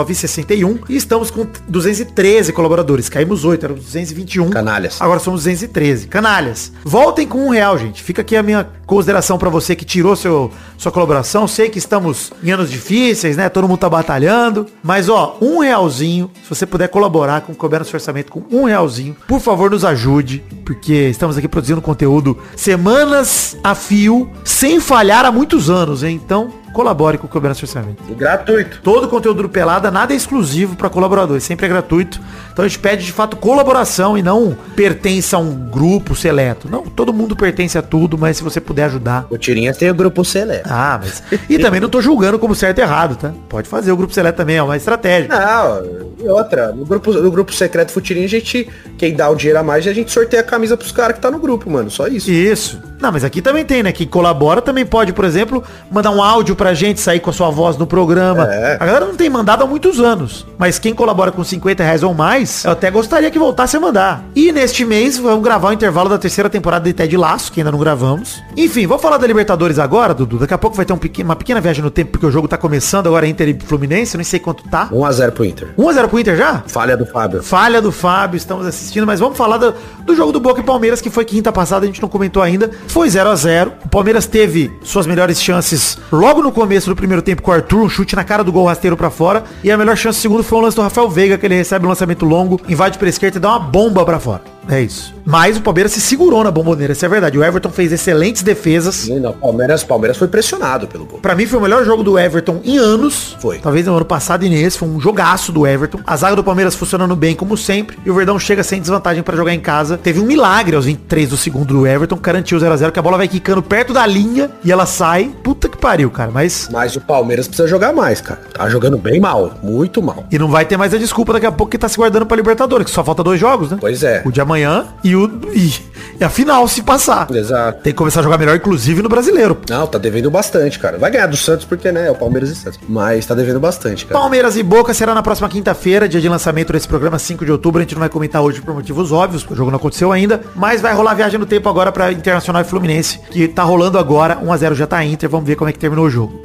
Speaker 3: 1.849,61 e estamos com 213 colaboradores. Caímos 8, eram 221.
Speaker 2: Canalhas.
Speaker 3: Agora somos 213. Canalhas. Voltem com um real, gente. Fica aqui a minha consideração pra você que tirou seu, sua colaboração. Sei que estamos em anos difíceis, né? Todo mundo tá batalhando. Mas, ó, um realzinho. Se você puder colaborar com o Coberno seu Orçamento com um realzinho, por favor, nos ajude. Porque estamos aqui produzindo conteúdo semanas a fio, sem falhar há muitos anos, hein? Então, colabore com o Coberno seu Orçamento.
Speaker 2: E gratuito.
Speaker 3: Todo o conteúdo do Pelada, nada é exclusivo para colaboradores, sempre é gratuito. Então a gente pede de fato colaboração e não pertence a um grupo seleto. Não, todo mundo pertence a tudo, mas se você puder ajudar.
Speaker 2: O Tirinhas tem o grupo né? seleto.
Speaker 3: Ah, mas. E também não tô julgando como certo e errado, tá? Pode fazer o grupo seleto também, é uma estratégia.
Speaker 2: Não, e outra, no grupo, no grupo secreto Futirinha, a gente, quem dá o dinheiro a mais, a gente sorteia a camisa pros caras que tá no grupo, mano, só isso.
Speaker 3: Isso. Não, mas aqui também tem, né? Quem colabora também pode, por exemplo, mandar um áudio pra gente, sair com a sua voz no programa.
Speaker 2: É.
Speaker 3: A galera não tem mandado há muitos anos. Mas quem colabora com 50 reais ou mais, eu até gostaria que voltasse a mandar. E neste mês vamos gravar o intervalo da terceira temporada de Ted Laço, que ainda não gravamos. Enfim, vamos falar da Libertadores agora, Dudu. Daqui a pouco vai ter um pequen- uma pequena viagem no tempo, porque o jogo tá começando agora Inter e Fluminense, não sei quanto tá.
Speaker 2: 1x0 pro Inter.
Speaker 3: 1x0 pro Inter já?
Speaker 2: Falha do Fábio.
Speaker 3: Falha do Fábio, estamos assistindo, mas vamos falar do, do jogo do Boca e Palmeiras, que foi quinta passada, a gente não comentou ainda. Foi 0 a 0 O Palmeiras teve suas melhores chances logo no começo do primeiro tempo com o Arthur, um chute na cara do gol rasteiro pra fora. E a melhor chance do segundo foi um lance do Rafael Veiga, que ele recebe um lançamento longo, invade pra esquerda e dá uma bomba pra fora. É isso. Mas o Palmeiras se segurou na bomboneira, isso é verdade. O Everton fez excelentes defesas.
Speaker 2: Não, não, Palmeiras, Palmeiras foi pressionado pelo gol.
Speaker 3: Pra mim foi o melhor jogo do Everton em anos.
Speaker 2: Foi.
Speaker 3: Talvez no ano passado e nesse. Foi um jogaço do Everton. A zaga do Palmeiras funcionando bem, como sempre. E o Verdão chega sem desvantagem pra jogar em casa. Teve um milagre aos 23 do segundo do Everton. Garantiu o 0x0, que a bola vai quicando perto da linha e ela sai. Puta que pariu, cara. Mas.
Speaker 2: Mas o Palmeiras precisa jogar mais, cara. Tá jogando bem mal, muito mal.
Speaker 3: E não vai ter mais a desculpa daqui a pouco que tá se guardando pra Libertadores, que só falta dois jogos, né?
Speaker 2: Pois é.
Speaker 3: O de amanhã e o. E, e a final se passar.
Speaker 2: é. Exato.
Speaker 3: Tem que começar a jogar melhor, inclusive, no brasileiro.
Speaker 2: Não, tá devendo bastante, cara. Vai ganhar do Santos porque, né, é o Palmeiras e Santos. Mas tá devendo bastante, cara.
Speaker 3: Palmeiras e Boca será na próxima quinta-feira, dia de lançamento desse programa, 5 de outubro. A gente não vai comentar hoje por motivos óbvios, porque o jogo não aconteceu ainda. Mas vai rolar viagem no tempo agora pra Internacional e Fluminense, que tá rolando agora. 1x0 já tá Inter. Vamos ver como é que terminou o jogo.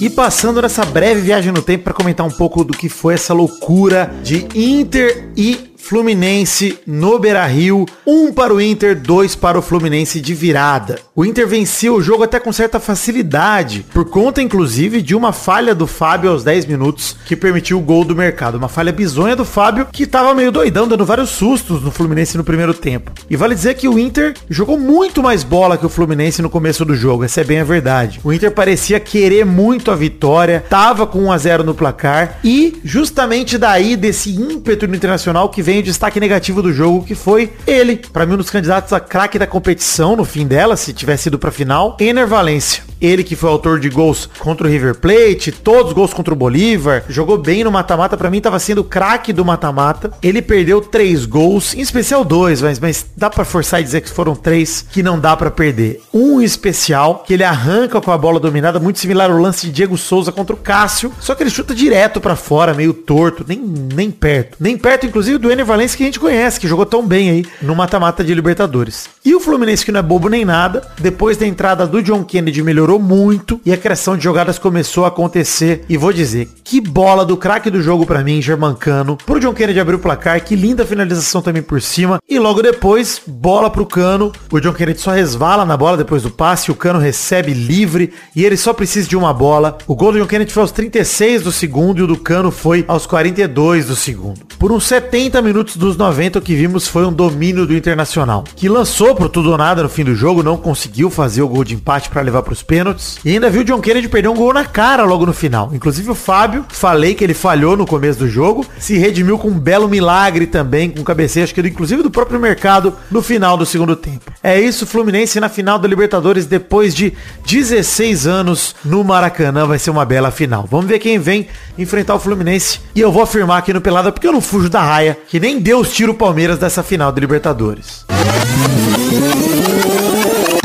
Speaker 3: E passando nessa breve viagem no tempo pra comentar um pouco do que foi essa loucura de Inter e Fluminense no Beira Rio, um para o Inter, dois para o Fluminense de virada. O Inter venceu o jogo até com certa facilidade, por conta inclusive de uma falha do Fábio aos 10 minutos que permitiu o gol do mercado. Uma falha bizonha do Fábio que tava meio doidão, dando vários sustos no Fluminense no primeiro tempo. E vale dizer que o Inter jogou muito mais bola que o Fluminense no começo do jogo, essa é bem a verdade. O Inter parecia querer muito a vitória, tava com 1 a 0 no placar e justamente daí desse ímpeto no Internacional que vem o destaque negativo do jogo, que foi ele, pra mim um dos candidatos a craque da competição no fim dela, se tivesse ido pra final, Ener Valência. Ele que foi autor de gols contra o River Plate, todos os gols contra o Bolívar, jogou bem no mata-mata, pra mim tava sendo o craque do mata-mata. Ele perdeu três gols, em especial dois, mas, mas dá pra forçar e dizer que foram três que não dá pra perder. Um especial, que ele arranca com a bola dominada, muito similar ao lance de Diego Souza contra o Cássio, só que ele chuta direto pra fora, meio torto, nem, nem perto. Nem perto, inclusive, do Ener Valencia que a gente conhece, que jogou tão bem aí no mata-mata de Libertadores. E o Fluminense, que não é bobo nem nada, depois da entrada do John Kennedy melhorou muito e a criação de jogadas começou a acontecer. E vou dizer, que bola do craque do jogo pra mim, Germancano. Pro John Kennedy abrir o placar, que linda finalização também por cima. E logo depois, bola pro Cano. O John Kennedy só resvala na bola depois do passe, o Cano recebe livre e ele só precisa de uma bola. O gol do John Kennedy foi aos 36 do segundo e o do Cano foi aos 42 do segundo. Por uns 70 minutos dos 90 o que vimos foi um domínio do Internacional, que lançou pro tudo ou nada no fim do jogo, não conseguiu fazer o gol de empate pra levar pros pênaltis e ainda viu o John Kennedy perder um gol na cara logo no final. Inclusive o Fábio, falei que ele falhou no começo do jogo, se redimiu com um belo milagre também, com um cabeceio, acho que do- inclusive do próprio mercado, no final do segundo tempo. É isso, Fluminense na final da Libertadores depois de 16 anos no Maracanã, vai ser uma bela final. Vamos ver quem vem enfrentar o Fluminense e eu vou afirmar aqui no Pelada, porque eu não fujo da raia, que nem Deus tira o Palmeiras dessa final da Libertadores.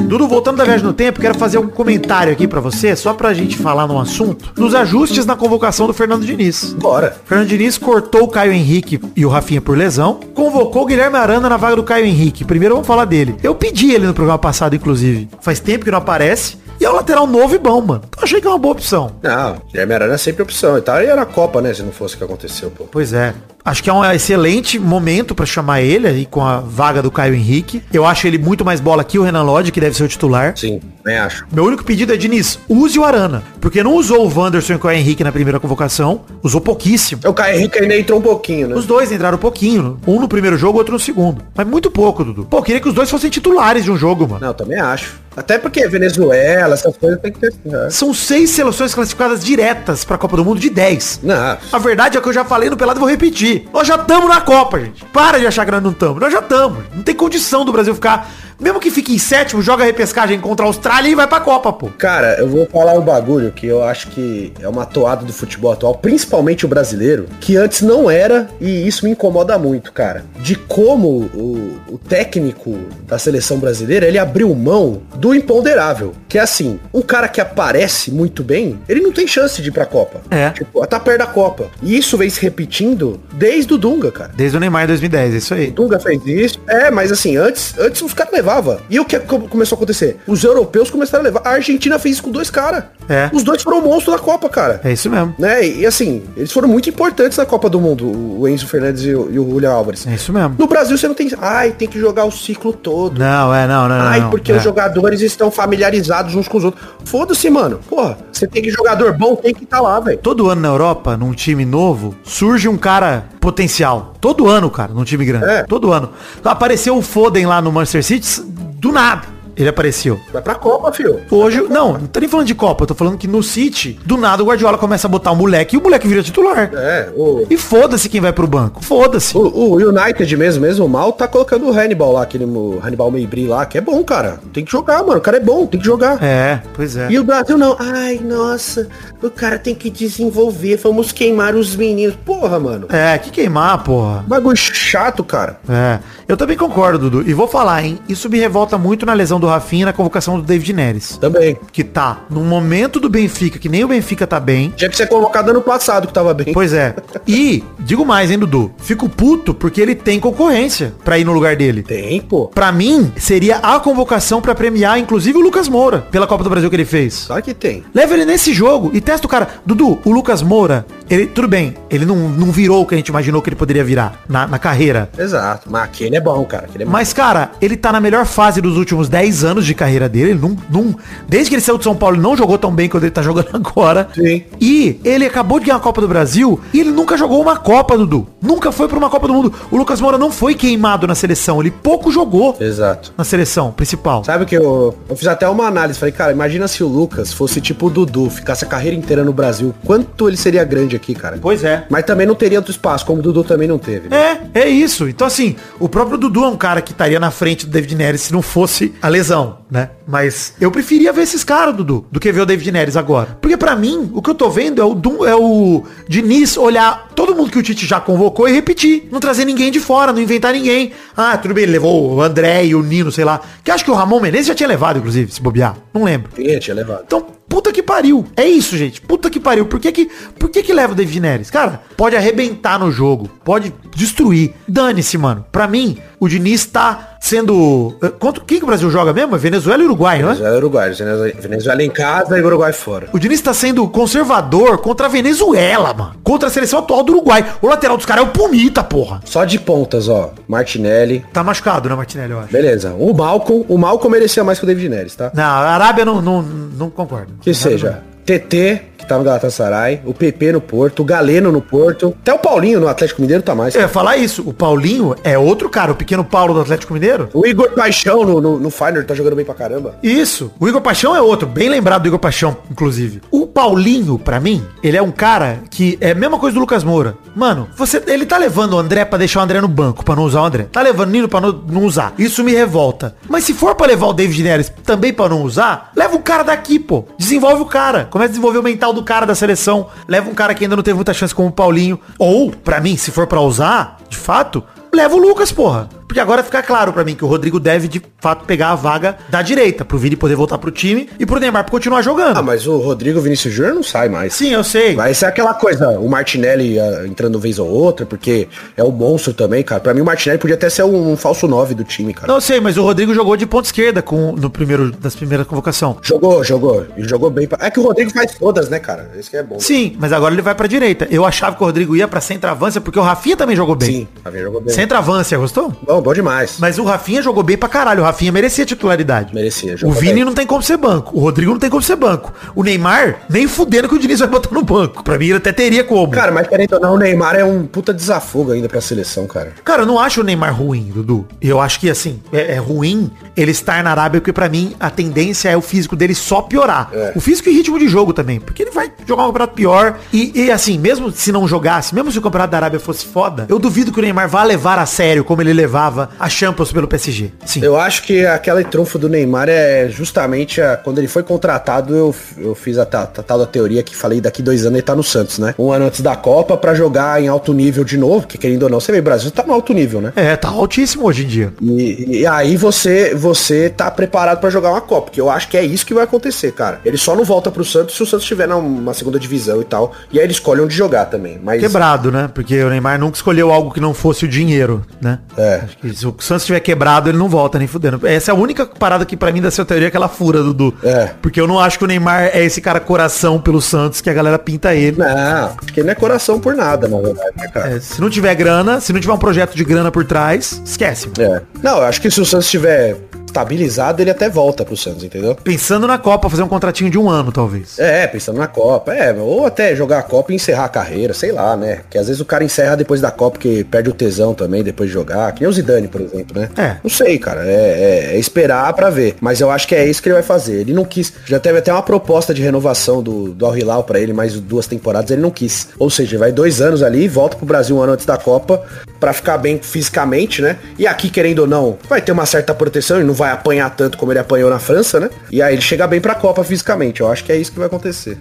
Speaker 3: Dudu, voltando da viagem no tempo, quero fazer um comentário aqui pra você, só pra gente falar num assunto, dos ajustes na convocação do Fernando Diniz.
Speaker 2: Bora.
Speaker 3: Fernando Diniz cortou o Caio Henrique e o Rafinha por lesão, convocou o Guilherme Arana na vaga do Caio Henrique. Primeiro vamos falar dele. Eu pedi ele no programa passado, inclusive. Faz tempo que não aparece. E é um lateral novo e bom, mano. Eu achei que é uma boa opção.
Speaker 2: Não, Guilherme Arana é sempre opção. E tal. E era a Copa, né? Se não fosse o que aconteceu, pô.
Speaker 3: Pois é. Acho que é um excelente momento pra chamar ele aí com a vaga do Caio Henrique. Eu acho ele muito mais bola que o Renan Lodge, que deve ser o titular.
Speaker 2: Sim, nem acho.
Speaker 3: Meu único pedido é, Diniz, use o Arana. Porque não usou o Wanderson e o Caio Henrique na primeira convocação. Usou pouquíssimo.
Speaker 2: O Caio Henrique ainda entrou um pouquinho, né?
Speaker 3: Os dois entraram um pouquinho. Um no primeiro jogo, outro no segundo. Mas muito pouco, Dudu. Pô, eu queria que os dois fossem titulares de um jogo, mano.
Speaker 2: Não, também acho. Até porque Venezuela, essas coisas tem que ter. né?
Speaker 3: São seis seleções classificadas diretas pra Copa do Mundo de 10.
Speaker 2: Não,
Speaker 3: A verdade é que eu já falei no pelado e vou repetir. Nós já estamos na Copa, gente. Para de achar que nós não estamos. Nós já estamos. Não tem condição do Brasil ficar. Mesmo que fique em sétimo, joga a repescagem contra a Austrália e vai pra Copa, pô.
Speaker 2: Cara, eu vou falar um bagulho que eu acho que é uma toada do futebol atual, principalmente o brasileiro, que antes não era, e isso me incomoda muito, cara. De como o, o técnico da seleção brasileira, ele abriu mão do imponderável. Que é assim, um cara que aparece muito bem, ele não tem chance de ir pra Copa.
Speaker 3: É.
Speaker 2: Tipo, tá perto da Copa. E isso vem se repetindo desde o Dunga, cara.
Speaker 3: Desde o Neymar em 2010, é isso aí.
Speaker 2: Dunga fez isso. É, mas assim, antes, antes os caras levava. E o que co- começou a acontecer? Os europeus começaram a levar. A Argentina fez isso com dois caras.
Speaker 3: É.
Speaker 2: Os dois foram o monstro da Copa, cara.
Speaker 3: É isso mesmo.
Speaker 2: Né? E assim, eles foram muito importantes na Copa do Mundo, o Enzo Fernandes e o, e o Julian Álvares.
Speaker 3: É isso mesmo.
Speaker 2: No Brasil você não tem. Ai, tem que jogar o ciclo todo.
Speaker 3: Não, é, não, não, não.
Speaker 2: Ai,
Speaker 3: não,
Speaker 2: porque
Speaker 3: é.
Speaker 2: os jogadores estão familiarizados uns com os outros. Foda-se, mano. Porra, você tem que jogador bom, tem que estar lá, velho.
Speaker 3: Todo ano na Europa, num time novo, surge um cara potencial. Todo ano, cara, num time grande.
Speaker 2: É.
Speaker 3: Todo ano. Apareceu o Foden lá no Manchester City, do nada. Ele apareceu.
Speaker 2: Vai pra Copa, filho.
Speaker 3: Hoje, não, não tô nem falando de Copa, eu tô falando que no City, do nada o Guardiola começa a botar o moleque e o moleque vira titular.
Speaker 2: É, o,
Speaker 3: E foda-se quem vai pro banco. Foda-se.
Speaker 2: o, o United mesmo, mesmo mal, tá colocando o Hannibal lá, aquele mo- Hannibal Meibri lá, que é bom, cara. Tem que jogar, mano. O cara é bom, tem que jogar.
Speaker 3: É, pois é.
Speaker 5: E o Brasil não. Ai, nossa, o cara tem que desenvolver, vamos queimar os meninos.
Speaker 2: Porra, mano.
Speaker 3: É, que queimar, porra.
Speaker 2: Bagulho chato, cara.
Speaker 3: É, eu também concordo, Dudu. E vou falar, hein? Isso me revolta muito na lesão do Rafinha e na convocação do David Neres.
Speaker 2: Também.
Speaker 3: Que tá no momento do Benfica, que nem o Benfica tá bem.
Speaker 2: Tinha que ser convocado ano passado, que tava bem.
Speaker 3: Pois é. E, digo mais, hein, Dudu? Fico puto porque ele tem concorrência pra ir no lugar dele.
Speaker 2: Tem, pô.
Speaker 3: Pra mim, seria a convocação pra premiar, inclusive, o Lucas Moura, pela Copa do Brasil que ele fez.
Speaker 2: Claro que tem.
Speaker 3: Leva ele nesse jogo e testa o cara. Dudu, o Lucas Moura, ele, tudo bem, ele não, não virou o que a gente imaginou que ele poderia virar na, na carreira.
Speaker 2: Exato. Mas aquele é bom, cara. Aquele é
Speaker 3: Mas, cara, ele tá na melhor fase dos últimos 10 anos de carreira dele. Ele não, não- desde que ele saiu de São Paulo, ele não jogou tão bem quanto ele tá jogando agora.
Speaker 2: Sim.
Speaker 3: E ele acabou de ganhar a Copa do Brasil e ele nunca jogou uma Copa, Dudu. Nunca foi pra uma Copa do Mundo. O Lucas Moura não foi queimado na seleção. Ele pouco
Speaker 2: É.
Speaker 3: jogou
Speaker 2: Exato.
Speaker 3: na seleção principal.
Speaker 2: Sabe o que eu, eu fiz até uma análise, falei, cara, imagina se o Lucas fosse tipo o Dudu, ficasse a carreira inteira no Brasil, quanto ele seria grande aqui, cara.
Speaker 3: Pois é.
Speaker 2: Mas também não teria outro espaço, como o Dudu também não teve. né?
Speaker 3: É, é isso. Então, assim, o próprio Dudu é um cara que estaria na frente do David Neres se não fosse a lesão, né? Mas eu preferia ver esses caras, Dudu, do que ver o David Neres agora. Porque pra mim, o que eu tô vendo é o, Dum- é o Diniz olhar todo mundo que o Tite já convocou e repetir. Não trazer ninguém de fora, não inventar ninguém. Ah, tudo bem, ele levou o André e o Nino, sei lá. Que eu acho que o Ramon Menezes já tinha levado, inclusive, se bobear. Não lembro.
Speaker 2: Tinha, tinha levado.
Speaker 3: Então, puta que pariu. É isso, gente. Puta que pariu. Por que que, por que, que leva o David Neres? Cara, pode arrebentar no jogo. Pode destruir. Dane-se, mano. Pra mim, o Diniz tá sendo... eh, Contra quem que o Brasil joga mesmo? É Venezuela e Uruguai, não é?
Speaker 2: Mas é Uruguai, Venezuela- Venezuela em casa e Uruguai fora.
Speaker 3: O Diniz tá sendo conservador contra a Venezuela, mano. Contra a seleção atual do Uruguai. O lateral dos caras é o Pumita, porra.
Speaker 2: Só de pontas, ó. Martinelli.
Speaker 3: Tá machucado, né, Martinelli, eu acho.
Speaker 2: Beleza. O Malcom, o Malcom merecia mais que o David Neres, tá?
Speaker 3: Não, a Arábia não, não, não concordo.
Speaker 2: Que seja. TT, que tá no Galatasaray, o PP no Porto, o Galeno no Porto, até o Paulinho no Atlético Mineiro tá mais.
Speaker 3: Eu ia falar isso. O Paulinho é outro cara. O pequeno Paulo do Atlético Mineiro.
Speaker 2: O Igor Paixão no, no, no Feyenoord tá jogando bem pra caramba.
Speaker 3: Isso. O Igor Paixão é outro, bem lembrado do Igor Paixão, inclusive. O Paulinho, pra mim, ele é um cara que é a mesma coisa do Lucas Moura. Mano, você, ele tá levando o André pra deixar o André no banco, pra não usar o André. Tá levando o Nino pra não, não usar. Isso me revolta. Mas se for pra levar o David Neres também pra não usar, leva o cara daqui, pô. Desenvolve o cara. Começa a desenvolver o mental do cara da seleção. Leva um cara que ainda não teve muita chance como o Paulinho. Ou, pra mim, se for pra usar, de fato, Leva o Lucas, porra. Porque agora fica claro pra mim que o Rodrigo deve, de fato, pegar a vaga da direita, pro Vini poder voltar pro time e pro Neymar continuar jogando.
Speaker 2: Ah, mas o Rodrigo Vinícius Júnior não sai mais.
Speaker 3: Sim, eu sei.
Speaker 2: Vai ser aquela coisa, o Martinelli ah, entrando vez ou outra, porque é o monstro também, cara. Pra mim o Martinelli podia até ser um, um falso 9 do time, cara.
Speaker 3: Não eu sei, mas o Rodrigo jogou de ponta esquerda com, no primeiro, das primeiras convocação.
Speaker 2: Jogou, jogou. E jogou bem. pra- É que o Rodrigo faz todas, né, cara? Isso que é bom.
Speaker 3: Sim, mas agora ele vai pra direita. Eu achava que o Rodrigo ia pra centroavância porque o Rafinha também jogou bem.
Speaker 2: Sim, tá vendo? Jogou bem.
Speaker 3: Centroavância, gostou?
Speaker 2: Bom, bom demais.
Speaker 3: Mas o Rafinha jogou bem pra caralho. O Rafinha merecia titularidade.
Speaker 2: Merecia,
Speaker 3: O
Speaker 2: jogou
Speaker 3: Vini
Speaker 2: bem.
Speaker 3: não tem como ser banco. O Rodrigo não tem como ser banco. O Neymar, nem fudendo que o Diniz vai botar no banco. Pra mim, ele até teria como.
Speaker 2: Cara, mas querendo ou não, o Neymar é um puta desafogo ainda pra seleção, cara.
Speaker 3: Cara, eu não acho o Neymar ruim, Dudu. Eu acho que, assim, é, é ruim ele estar na Arábia, porque pra mim a tendência é o físico dele só piorar.
Speaker 2: É.
Speaker 3: O físico e ritmo de jogo também, porque ele vai jogar um campeonato pior. E, e, assim, mesmo se não jogasse, mesmo se o campeonato da Arábia fosse foda, eu duvido que o Neymar vá levar a sério como ele levava a Champions pelo PSG. Sim.
Speaker 2: Eu acho que aquela trunfo do Neymar é justamente a- quando ele foi contratado, eu, eu fiz a ta- ta- tal da teoria que falei daqui dois anos ele tá no Santos, né? Um ano antes da Copa pra jogar em alto nível de novo, que querendo ou não, você vê, o Brasil tá no alto nível, né?
Speaker 3: É, tá altíssimo hoje em dia.
Speaker 2: E, e aí você você tá preparado pra jogar uma Copa, que eu acho que é isso que vai acontecer, cara. Ele só não volta pro Santos se o Santos estiver numa segunda divisão e tal. E aí ele escolhe onde jogar também. Mas
Speaker 3: Quebrado, né? Porque o Neymar nunca escolheu algo que não fosse o dinheiro, né?
Speaker 2: É.
Speaker 3: Acho que se o Santos estiver quebrado, ele não volta nem fudendo. Essa é a única parada que pra mim da sua teoria é que ela fura, Dudu.
Speaker 2: É.
Speaker 3: Porque eu não acho que o Neymar é esse cara coração pelo Santos que a galera pinta ele.
Speaker 2: Não, porque não é coração por nada, na verdade, né, cara?
Speaker 3: É, se não tiver grana, se não tiver um projeto de grana por trás, esquece. mano.
Speaker 2: É. Não, eu acho que se o Santos estiver estabilizado, ele até volta pro Santos, entendeu?
Speaker 3: Pensando na Copa, fazer um contratinho de um ano, talvez.
Speaker 2: É, pensando na Copa, é, ou até jogar a Copa e encerrar a carreira, sei lá, né? Que às vezes o cara encerra depois da Copa, que perde o tesão também depois de jogar, que nem o Zidane, por exemplo, né?
Speaker 3: É.
Speaker 2: Não sei, cara, é, é- é esperar pra ver, mas eu acho que é isso que ele vai fazer. Ele não quis, já teve até uma proposta de renovação do, do Al Hilal pra ele, mais duas temporadas, ele não quis. Ou seja, vai dois anos ali, e volta pro Brasil um ano antes da Copa, pra ficar bem fisicamente, né? E aqui, querendo ou não, vai ter uma certa proteção, ele não vai apanhar tanto como ele apanhou na França, né? E aí ele chega bem pra Copa fisicamente, eu acho que é isso que vai acontecer.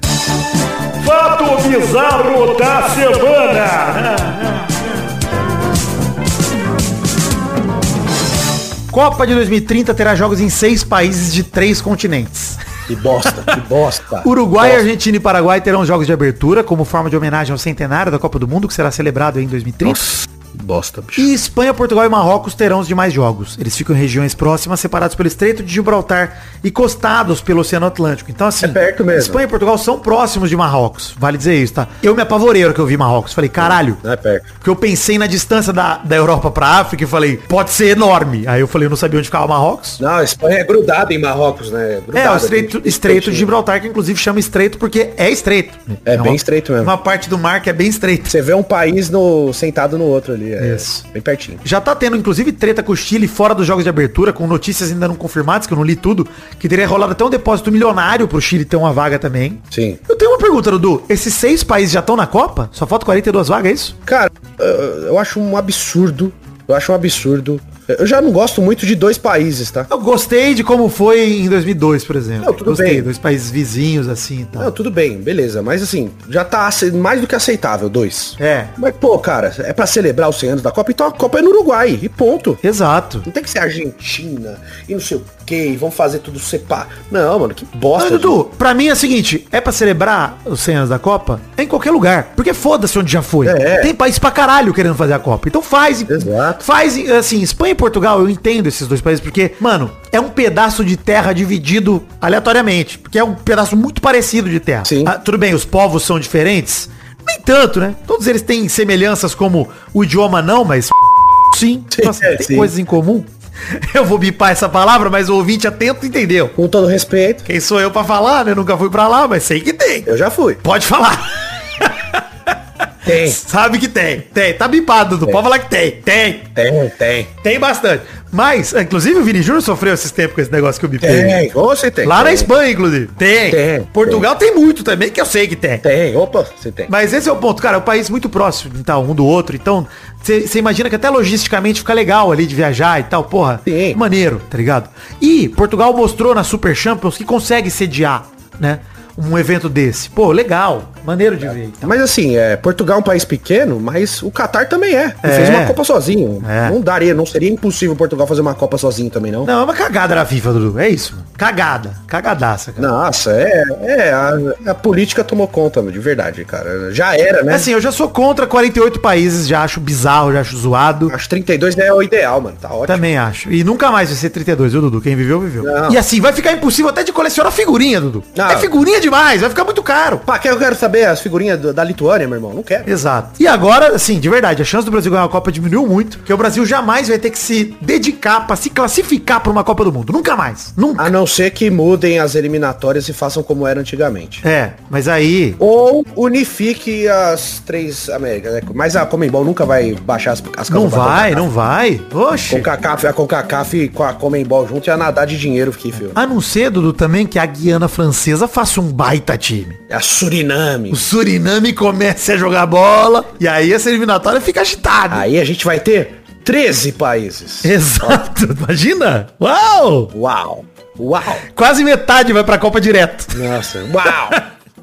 Speaker 3: Copa de 2030 terá jogos em seis países de três continentes.
Speaker 2: Que bosta, que bosta.
Speaker 3: Uruguai, Argentina e Paraguai terão jogos de abertura como forma de homenagem ao centenário da Copa do Mundo, que será celebrado em 2030.
Speaker 2: Nossa, que bosta, bicho.
Speaker 3: E Espanha, Portugal e Marrocos terão os demais jogos. Eles ficam em regiões próximas, separados pelo Estreito de Gibraltar e costados pelo Oceano Atlântico. Então, assim,
Speaker 2: É perto mesmo.
Speaker 3: Espanha e Portugal são próximos de Marrocos. Vale dizer isso, tá? Eu me apavorei na hora que eu vi Marrocos. Falei, caralho.
Speaker 2: Não é perto.
Speaker 3: Porque eu pensei na distância da, da Europa pra África e falei, pode ser enorme. Aí eu falei, eu não sabia onde ficava Marrocos.
Speaker 2: Não, a Espanha é grudada em Marrocos, né?
Speaker 3: É,
Speaker 2: Grudada,
Speaker 3: o estreito,
Speaker 2: tem-
Speaker 3: estreito de Gibraltar, que inclusive chama estreito porque é estreito.
Speaker 2: É bem
Speaker 3: uma-
Speaker 2: estreito mesmo.
Speaker 3: Uma parte do mar que é bem estreita.
Speaker 2: Você vê um país no, sentado no outro ali. É,
Speaker 3: Isso.
Speaker 2: Bem pertinho.
Speaker 3: Já tá tendo, inclusive, treta com o Chile fora dos jogos de abertura, com notícias ainda não confirmadas, que eu não li tudo, que teria rolado até um depósito milionário pro Chile ter uma vaga também.
Speaker 2: Sim.
Speaker 3: Eu tenho uma pergunta, Dudu. Esses seis países já estão na Copa? Só falta 42 vagas, é isso?
Speaker 2: Cara, eu, eu acho um absurdo. Eu acho um absurdo. Eu já não gosto muito de dois países, tá?
Speaker 3: Eu gostei de como foi em 2002, por exemplo.
Speaker 2: Não, tudo
Speaker 3: gostei,
Speaker 2: bem.
Speaker 3: dois países vizinhos, assim e tal.
Speaker 2: Não, tudo bem, beleza. Mas assim, já tá ace- mais do que aceitável, dois.
Speaker 3: É.
Speaker 2: Mas, pô, cara, é pra celebrar os 100 anos da Copa, então a Copa é no Uruguai, e ponto.
Speaker 3: Exato.
Speaker 2: Não tem que ser Argentina e não sei o quê, e vão fazer tudo separado. Não, mano, que bosta.
Speaker 3: Mas, Dudu, pra mim é o seguinte, é pra celebrar os 100 anos da Copa É em qualquer lugar. Porque foda-se onde já foi.
Speaker 2: É.
Speaker 3: Tem país pra caralho querendo fazer a Copa. Então faz.
Speaker 2: Exato.
Speaker 3: Faz, assim, Espanha e Portugal, eu entendo esses dois países, porque, mano, é um pedaço de terra dividido aleatoriamente. Porque é um pedaço muito parecido de terra.
Speaker 2: Sim.
Speaker 3: Ah, tudo bem, os povos são diferentes. Nem tanto, né? Todos eles têm semelhanças como o idioma não, mas sim. Então, assim,
Speaker 2: É,
Speaker 3: tem
Speaker 2: sim.
Speaker 3: coisas em comum. Eu vou bipar essa palavra, mas o ouvinte atento entendeu.
Speaker 2: Com todo respeito,
Speaker 3: Quem sou eu pra falar, né? Nunca fui pra lá, mas sei que tem.
Speaker 2: eu já fui.
Speaker 3: Pode falar.
Speaker 2: Tem,
Speaker 3: Sabe que tem. Tem. Tá bipado, Dudu. Pode falar que tem. Tem.
Speaker 2: tem, tem.
Speaker 3: Tem bastante. Mas, ah, inclusive, o Vini Júnior sofreu esses tempos com esse negócio que eu bipei.
Speaker 2: Tem, você tem.
Speaker 3: Lá na
Speaker 2: tem.
Speaker 3: Espanha, inclusive. Tem.
Speaker 2: Tem.
Speaker 3: Portugal tem. muito também, que eu sei que tem.
Speaker 2: Tem, opa, você tem.
Speaker 3: Mas esse é o ponto, cara. É um país muito próximo, então, um do outro. Então, você imagina que até logisticamente fica legal ali de viajar e tal, porra.
Speaker 2: Sim.
Speaker 3: Maneiro, tá ligado? E Portugal mostrou na Super Champions que consegue sediar, né? Um evento desse. Pô, legal. Maneiro de ver.
Speaker 2: Mas assim, é, Portugal é um país pequeno, mas o Catar também é. Ele
Speaker 3: É.
Speaker 2: fez uma Copa sozinho.
Speaker 3: É.
Speaker 2: Não daria, não seria impossível Portugal fazer uma Copa sozinho também, não.
Speaker 3: Não, é uma cagada na FIFA, Dudu. É isso, mano. Cagada. Cagadaça, cara.
Speaker 2: Nossa, é, é a, a política tomou conta, de verdade, cara. Já era, né?
Speaker 3: Assim, eu já sou contra 48 países, já acho bizarro, já acho zoado.
Speaker 2: Acho 32 é o ideal, mano. Tá ótimo.
Speaker 3: Também acho. E nunca mais vai ser 32, viu, Dudu? Quem viveu, viveu.
Speaker 2: Não.
Speaker 3: E assim, vai ficar impossível até de colecionar figurinha, Dudu.
Speaker 2: Não.
Speaker 3: É figurinha demais, vai ficar muito caro.
Speaker 2: Pá, que eu quero saber as figurinhas do- da Lituânia, meu irmão. Não quero.
Speaker 3: Exato. E agora, assim, de verdade, a chance do Brasil ganhar a Copa diminuiu muito, porque o Brasil jamais vai ter que se dedicar pra se classificar pra uma Copa do Mundo. Nunca mais. Nunca.
Speaker 2: A não ser que mudem as eliminatórias e façam como era antigamente.
Speaker 3: É, mas aí.
Speaker 2: Ou unifique as três Américas, né? Mas a Comembol nunca vai baixar as, as
Speaker 3: Não
Speaker 2: calças pra
Speaker 3: vai,
Speaker 2: Concacaf.
Speaker 3: não vai. Oxe.
Speaker 2: Com CACAF, a CONCACAF com a Comembol junto ia nadar de dinheiro, fiquei filho.
Speaker 3: A não ser, Dudu, também que a Guiana Francesa faça um baita time.
Speaker 2: É a Suriname.
Speaker 3: O Suriname comece a jogar bola e aí essa eliminatória fica agitada.
Speaker 2: Aí a gente vai ter 13 países.
Speaker 3: Exato, imagina? Uau!
Speaker 2: Uau! Uau!
Speaker 3: Quase metade vai pra Copa direto.
Speaker 2: Nossa, uau!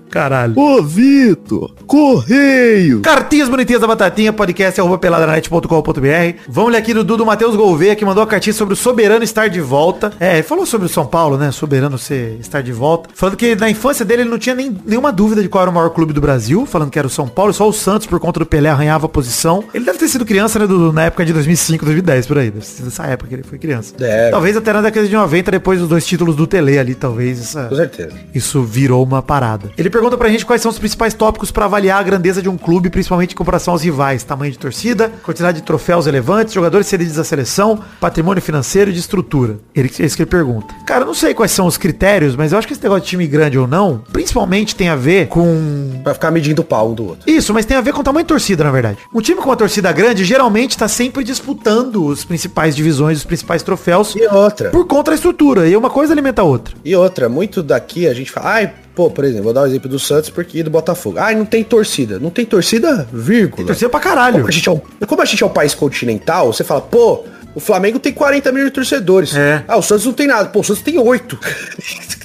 Speaker 3: Caralho.
Speaker 1: Ô, Vitor, correio.
Speaker 3: Cartinhas Bonitinhas da Batatinha, podcast arroba peladranet.com.br. Vamos ler aqui do Dudu Matheus Gouveia, que mandou a cartinha sobre o Soberano estar de volta. É, ele falou sobre o São Paulo, né? Soberano ser, estar de volta. Falando que na infância dele ele não tinha nem, nenhuma dúvida de qual era o maior clube do Brasil. Falando que era o São Paulo, só o Santos, por conta do Pelé, arranhava a posição. Ele deve ter sido criança, né, Dudu? Na época de 2005, 2010, por aí. Deve ser nessa época que ele foi criança.
Speaker 2: Deve.
Speaker 3: Talvez até na década de 90, depois dos dois títulos do Tele ali, talvez. Essa...
Speaker 2: Com certeza.
Speaker 3: Isso virou uma parada. Ele pergunta pra gente quais são os principais tópicos pra avaliar a grandeza de um clube, principalmente em comparação aos rivais. Tamanho de torcida, quantidade de troféus relevantes, jogadores cedidos à seleção, patrimônio financeiro e de estrutura. Ele, é isso que ele pergunta. Cara, eu não sei quais são os critérios, mas eu acho que esse negócio de time grande ou não, principalmente tem a ver com
Speaker 6: Pra ficar medindo o pau um do outro.
Speaker 3: isso, mas tem a ver com o tamanho de torcida, na verdade. Um time com uma torcida grande geralmente tá sempre disputando os principais divisões, os principais troféus
Speaker 2: E outra.
Speaker 3: por contra a estrutura. E uma coisa alimenta a outra.
Speaker 2: E outra, muito daqui a gente fala, ai, pô, por exemplo, vou dar o exemplo do Santos porque e do Botafogo. Ai, não tem torcida. Não tem torcida, vírgula.
Speaker 3: Torcida pra caralho.
Speaker 2: Como a, gente é um, como a gente é um país continental, você fala, pô, o Flamengo tem 40 mil de torcedores.
Speaker 3: É.
Speaker 2: Ah, o Santos não tem nada. Pô, o Santos tem 8.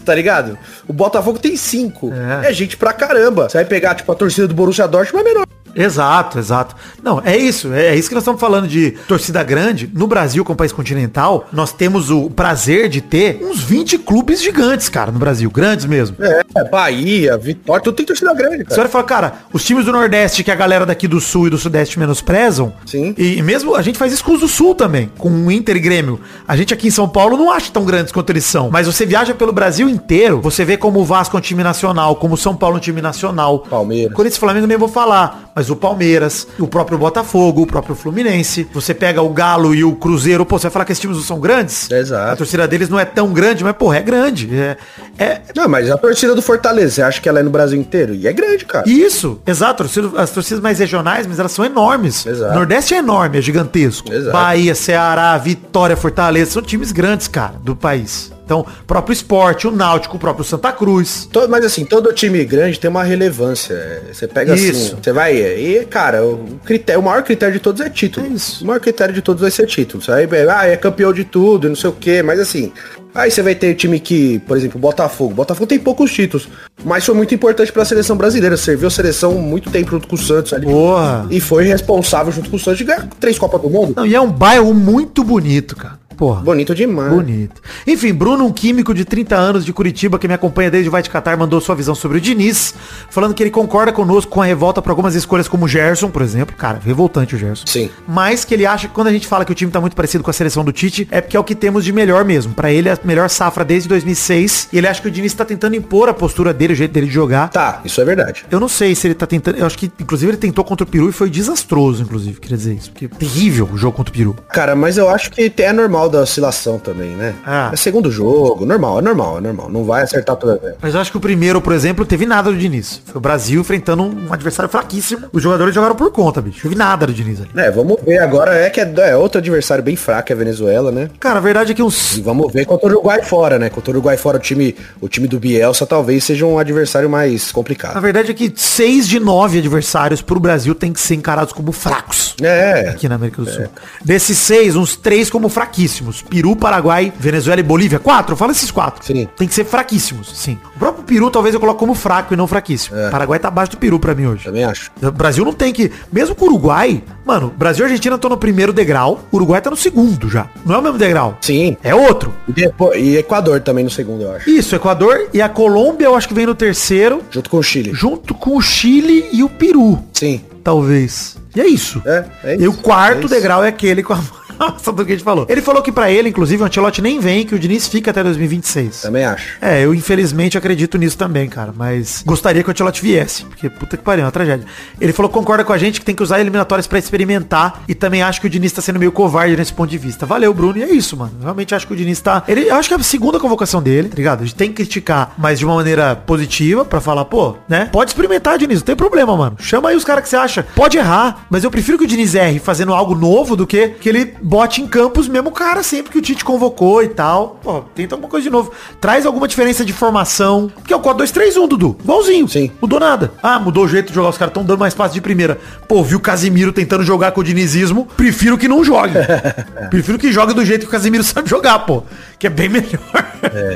Speaker 2: tá ligado? O Botafogo tem 5.
Speaker 3: É.
Speaker 2: É. gente pra caramba. Você vai pegar, tipo, a torcida do Borussia Dortmund, mas é menor.
Speaker 3: Exato, exato. Não, é isso. É isso que nós estamos falando de torcida grande. No Brasil, como país continental, nós temos o prazer de ter uns 20 clubes gigantes, cara, no Brasil. Grandes mesmo.
Speaker 2: É, Bahia, Vitória, tudo tem torcida grande,
Speaker 3: A
Speaker 2: cara.
Speaker 3: senhora fala, cara, os times do Nordeste que a galera daqui do Sul e do Sudeste menosprezam.
Speaker 2: Sim.
Speaker 3: E mesmo a gente faz isso com os do Sul também, com o Inter e Grêmio. A gente aqui em São Paulo não acha tão grandes quanto eles são. Mas você viaja pelo Brasil inteiro, você vê como o Vasco é um time nacional, como o São Paulo é um time nacional.
Speaker 2: Palmeiras.
Speaker 3: Corinthians e Flamengo nem vou falar, mas o Palmeiras, o próprio Botafogo, o próprio Fluminense. Você pega o Galo e o Cruzeiro, pô, você vai falar que esses times não são grandes?
Speaker 2: Exato.
Speaker 3: A torcida deles não é tão grande, mas, porra, é grande. É, é,
Speaker 2: Não, mas a torcida do Fortaleza, eu acho que ela é no Brasil inteiro. E é grande, cara.
Speaker 3: Isso, exato. As torcidas- As torcidas mais regionais, mas elas são enormes.
Speaker 2: Exato.
Speaker 3: Nordeste é enorme, é gigantesco.
Speaker 2: Exato.
Speaker 3: Bahia, Ceará, Vitória, Fortaleza, são times grandes, cara, do país. Então, próprio esporte, o Náutico, o próprio Santa Cruz.
Speaker 2: To- Mas assim, todo time grande tem uma relevância. É, Você pega
Speaker 3: Isso.
Speaker 2: assim, você vai. E, cara, o, critério, o maior critério de todos é título.
Speaker 3: É isso.
Speaker 2: O maior critério de todos vai ser título. Você vai, ver, ah, é campeão de tudo, não sei o quê. Mas assim, aí você vai ter time que, por exemplo, Botafogo. Botafogo tem poucos títulos, mas foi muito importante pra seleção brasileira. Serviu a seleção muito tempo junto com o Santos ali.
Speaker 3: Porra.
Speaker 2: E foi responsável junto com o Santos de ganhar três Copas do Mundo.
Speaker 3: Não, e é um bairro muito bonito, cara. Porra.
Speaker 2: Bonito demais.
Speaker 3: Bonito. Enfim, Bruno, um químico de 30 anos de Curitiba que me acompanha desde o Vai de Catar, mandou sua visão sobre o Diniz, falando que ele concorda conosco com a revolta por algumas escolhas, como o Gerson, por exemplo. Cara, revoltante o Gerson.
Speaker 2: Sim.
Speaker 3: Mas que ele acha que quando a gente fala que o time tá muito parecido com a seleção do Tite, é porque é o que temos de melhor mesmo. Pra ele, é a melhor safra desde 2006. E ele acha que o Diniz tá tentando impor a postura dele, o jeito dele de jogar.
Speaker 2: Tá, isso é verdade.
Speaker 3: Eu não sei se ele tá tentando. Eu acho que, inclusive, ele tentou contra o Peru e foi desastroso, inclusive, queria dizer isso. Porque é terrível o jogo contra o Peru.
Speaker 2: Cara, mas eu acho que é normal da oscilação também, né?
Speaker 3: Ah.
Speaker 2: É segundo jogo, normal, é normal, é normal. Não vai acertar toda vez.
Speaker 3: Mas eu acho que o primeiro, por exemplo, teve nada do Diniz. Foi o Brasil enfrentando um adversário fraquíssimo. Os jogadores jogaram por conta, bicho. Não vi nada do Diniz ali.
Speaker 2: É, vamos ver agora. É que é, é outro adversário bem fraco, é a Venezuela, né?
Speaker 3: Cara, a verdade é que uns.
Speaker 2: E vamos ver contra o Uruguai fora, né? Contra o Uruguai fora, o time, o time do Bielsa talvez seja um adversário mais
Speaker 3: A
Speaker 2: complicado.
Speaker 3: verdade é que seis de nove adversários pro Brasil tem que ser encarados como fracos.
Speaker 2: É,
Speaker 3: Aqui na América do Sul. Desses seis, uns três como fraquíssimos. Peru, Paraguai, Venezuela e Bolívia. Quatro? Fala esses quatro.
Speaker 2: Sim.
Speaker 3: Tem que ser fraquíssimos, sim. O próprio Peru talvez eu coloque como fraco e não fraquíssimo.
Speaker 2: É.
Speaker 3: Paraguai tá abaixo do Peru pra mim hoje.
Speaker 2: também acho.
Speaker 3: O Brasil não tem que. Mesmo com o Uruguai, mano, Brasil e Argentina estão no primeiro degrau, o Uruguai tá no segundo já. Não é o mesmo degrau.
Speaker 2: Sim.
Speaker 3: É outro.
Speaker 2: E, depois- e Equador também no segundo, eu acho.
Speaker 3: Isso, Equador e a Colômbia, eu acho que vem no terceiro,
Speaker 2: Junto com o Chile.
Speaker 3: junto com o Chile e o Peru,
Speaker 2: Sim.
Speaker 3: talvez. E é isso.
Speaker 2: É, é
Speaker 3: E
Speaker 2: isso,
Speaker 3: o quarto
Speaker 2: é isso.
Speaker 3: degrau é aquele com a massa do que a gente falou. Ele falou que pra ele, inclusive, o Antelote nem vem, que o Diniz fica até 2026.
Speaker 2: Também acho.
Speaker 3: É, eu infelizmente acredito nisso também, cara. Mas gostaria que o Ancelotti viesse, porque puta que pariu, é uma tragédia. Ele falou que concorda com a gente que tem que usar eliminatórias pra experimentar e também acho que o Diniz tá sendo meio covarde nesse ponto de vista. Valeu, Bruno, e é isso, mano. Realmente acho que o Diniz tá... Ele, eu acho que é a segunda convocação dele, tá ligado? A gente tem que criticar, mas de uma maneira positiva pra falar, pô, né? Pode experimentar, Diniz, não tem problema, mano. Chama aí os caras que você acha. Pode errar, mas eu prefiro que o Diniz erre fazendo algo novo do que que ele bote em campos mesmo o cara sempre que o Tite convocou e tal. Pô, tenta alguma coisa de novo. Traz alguma diferença de formação. Porque é o 4-2-3-1, Dudu. Igualzinho.
Speaker 2: Sim.
Speaker 3: Mudou nada. Ah, mudou o jeito de jogar. Os caras tão dando mais passo de primeira. Pô, viu o Casimiro tentando jogar com o dinizismo. Prefiro que não jogue. Prefiro que jogue do jeito que o Casimiro sabe jogar, pô. Que é bem melhor.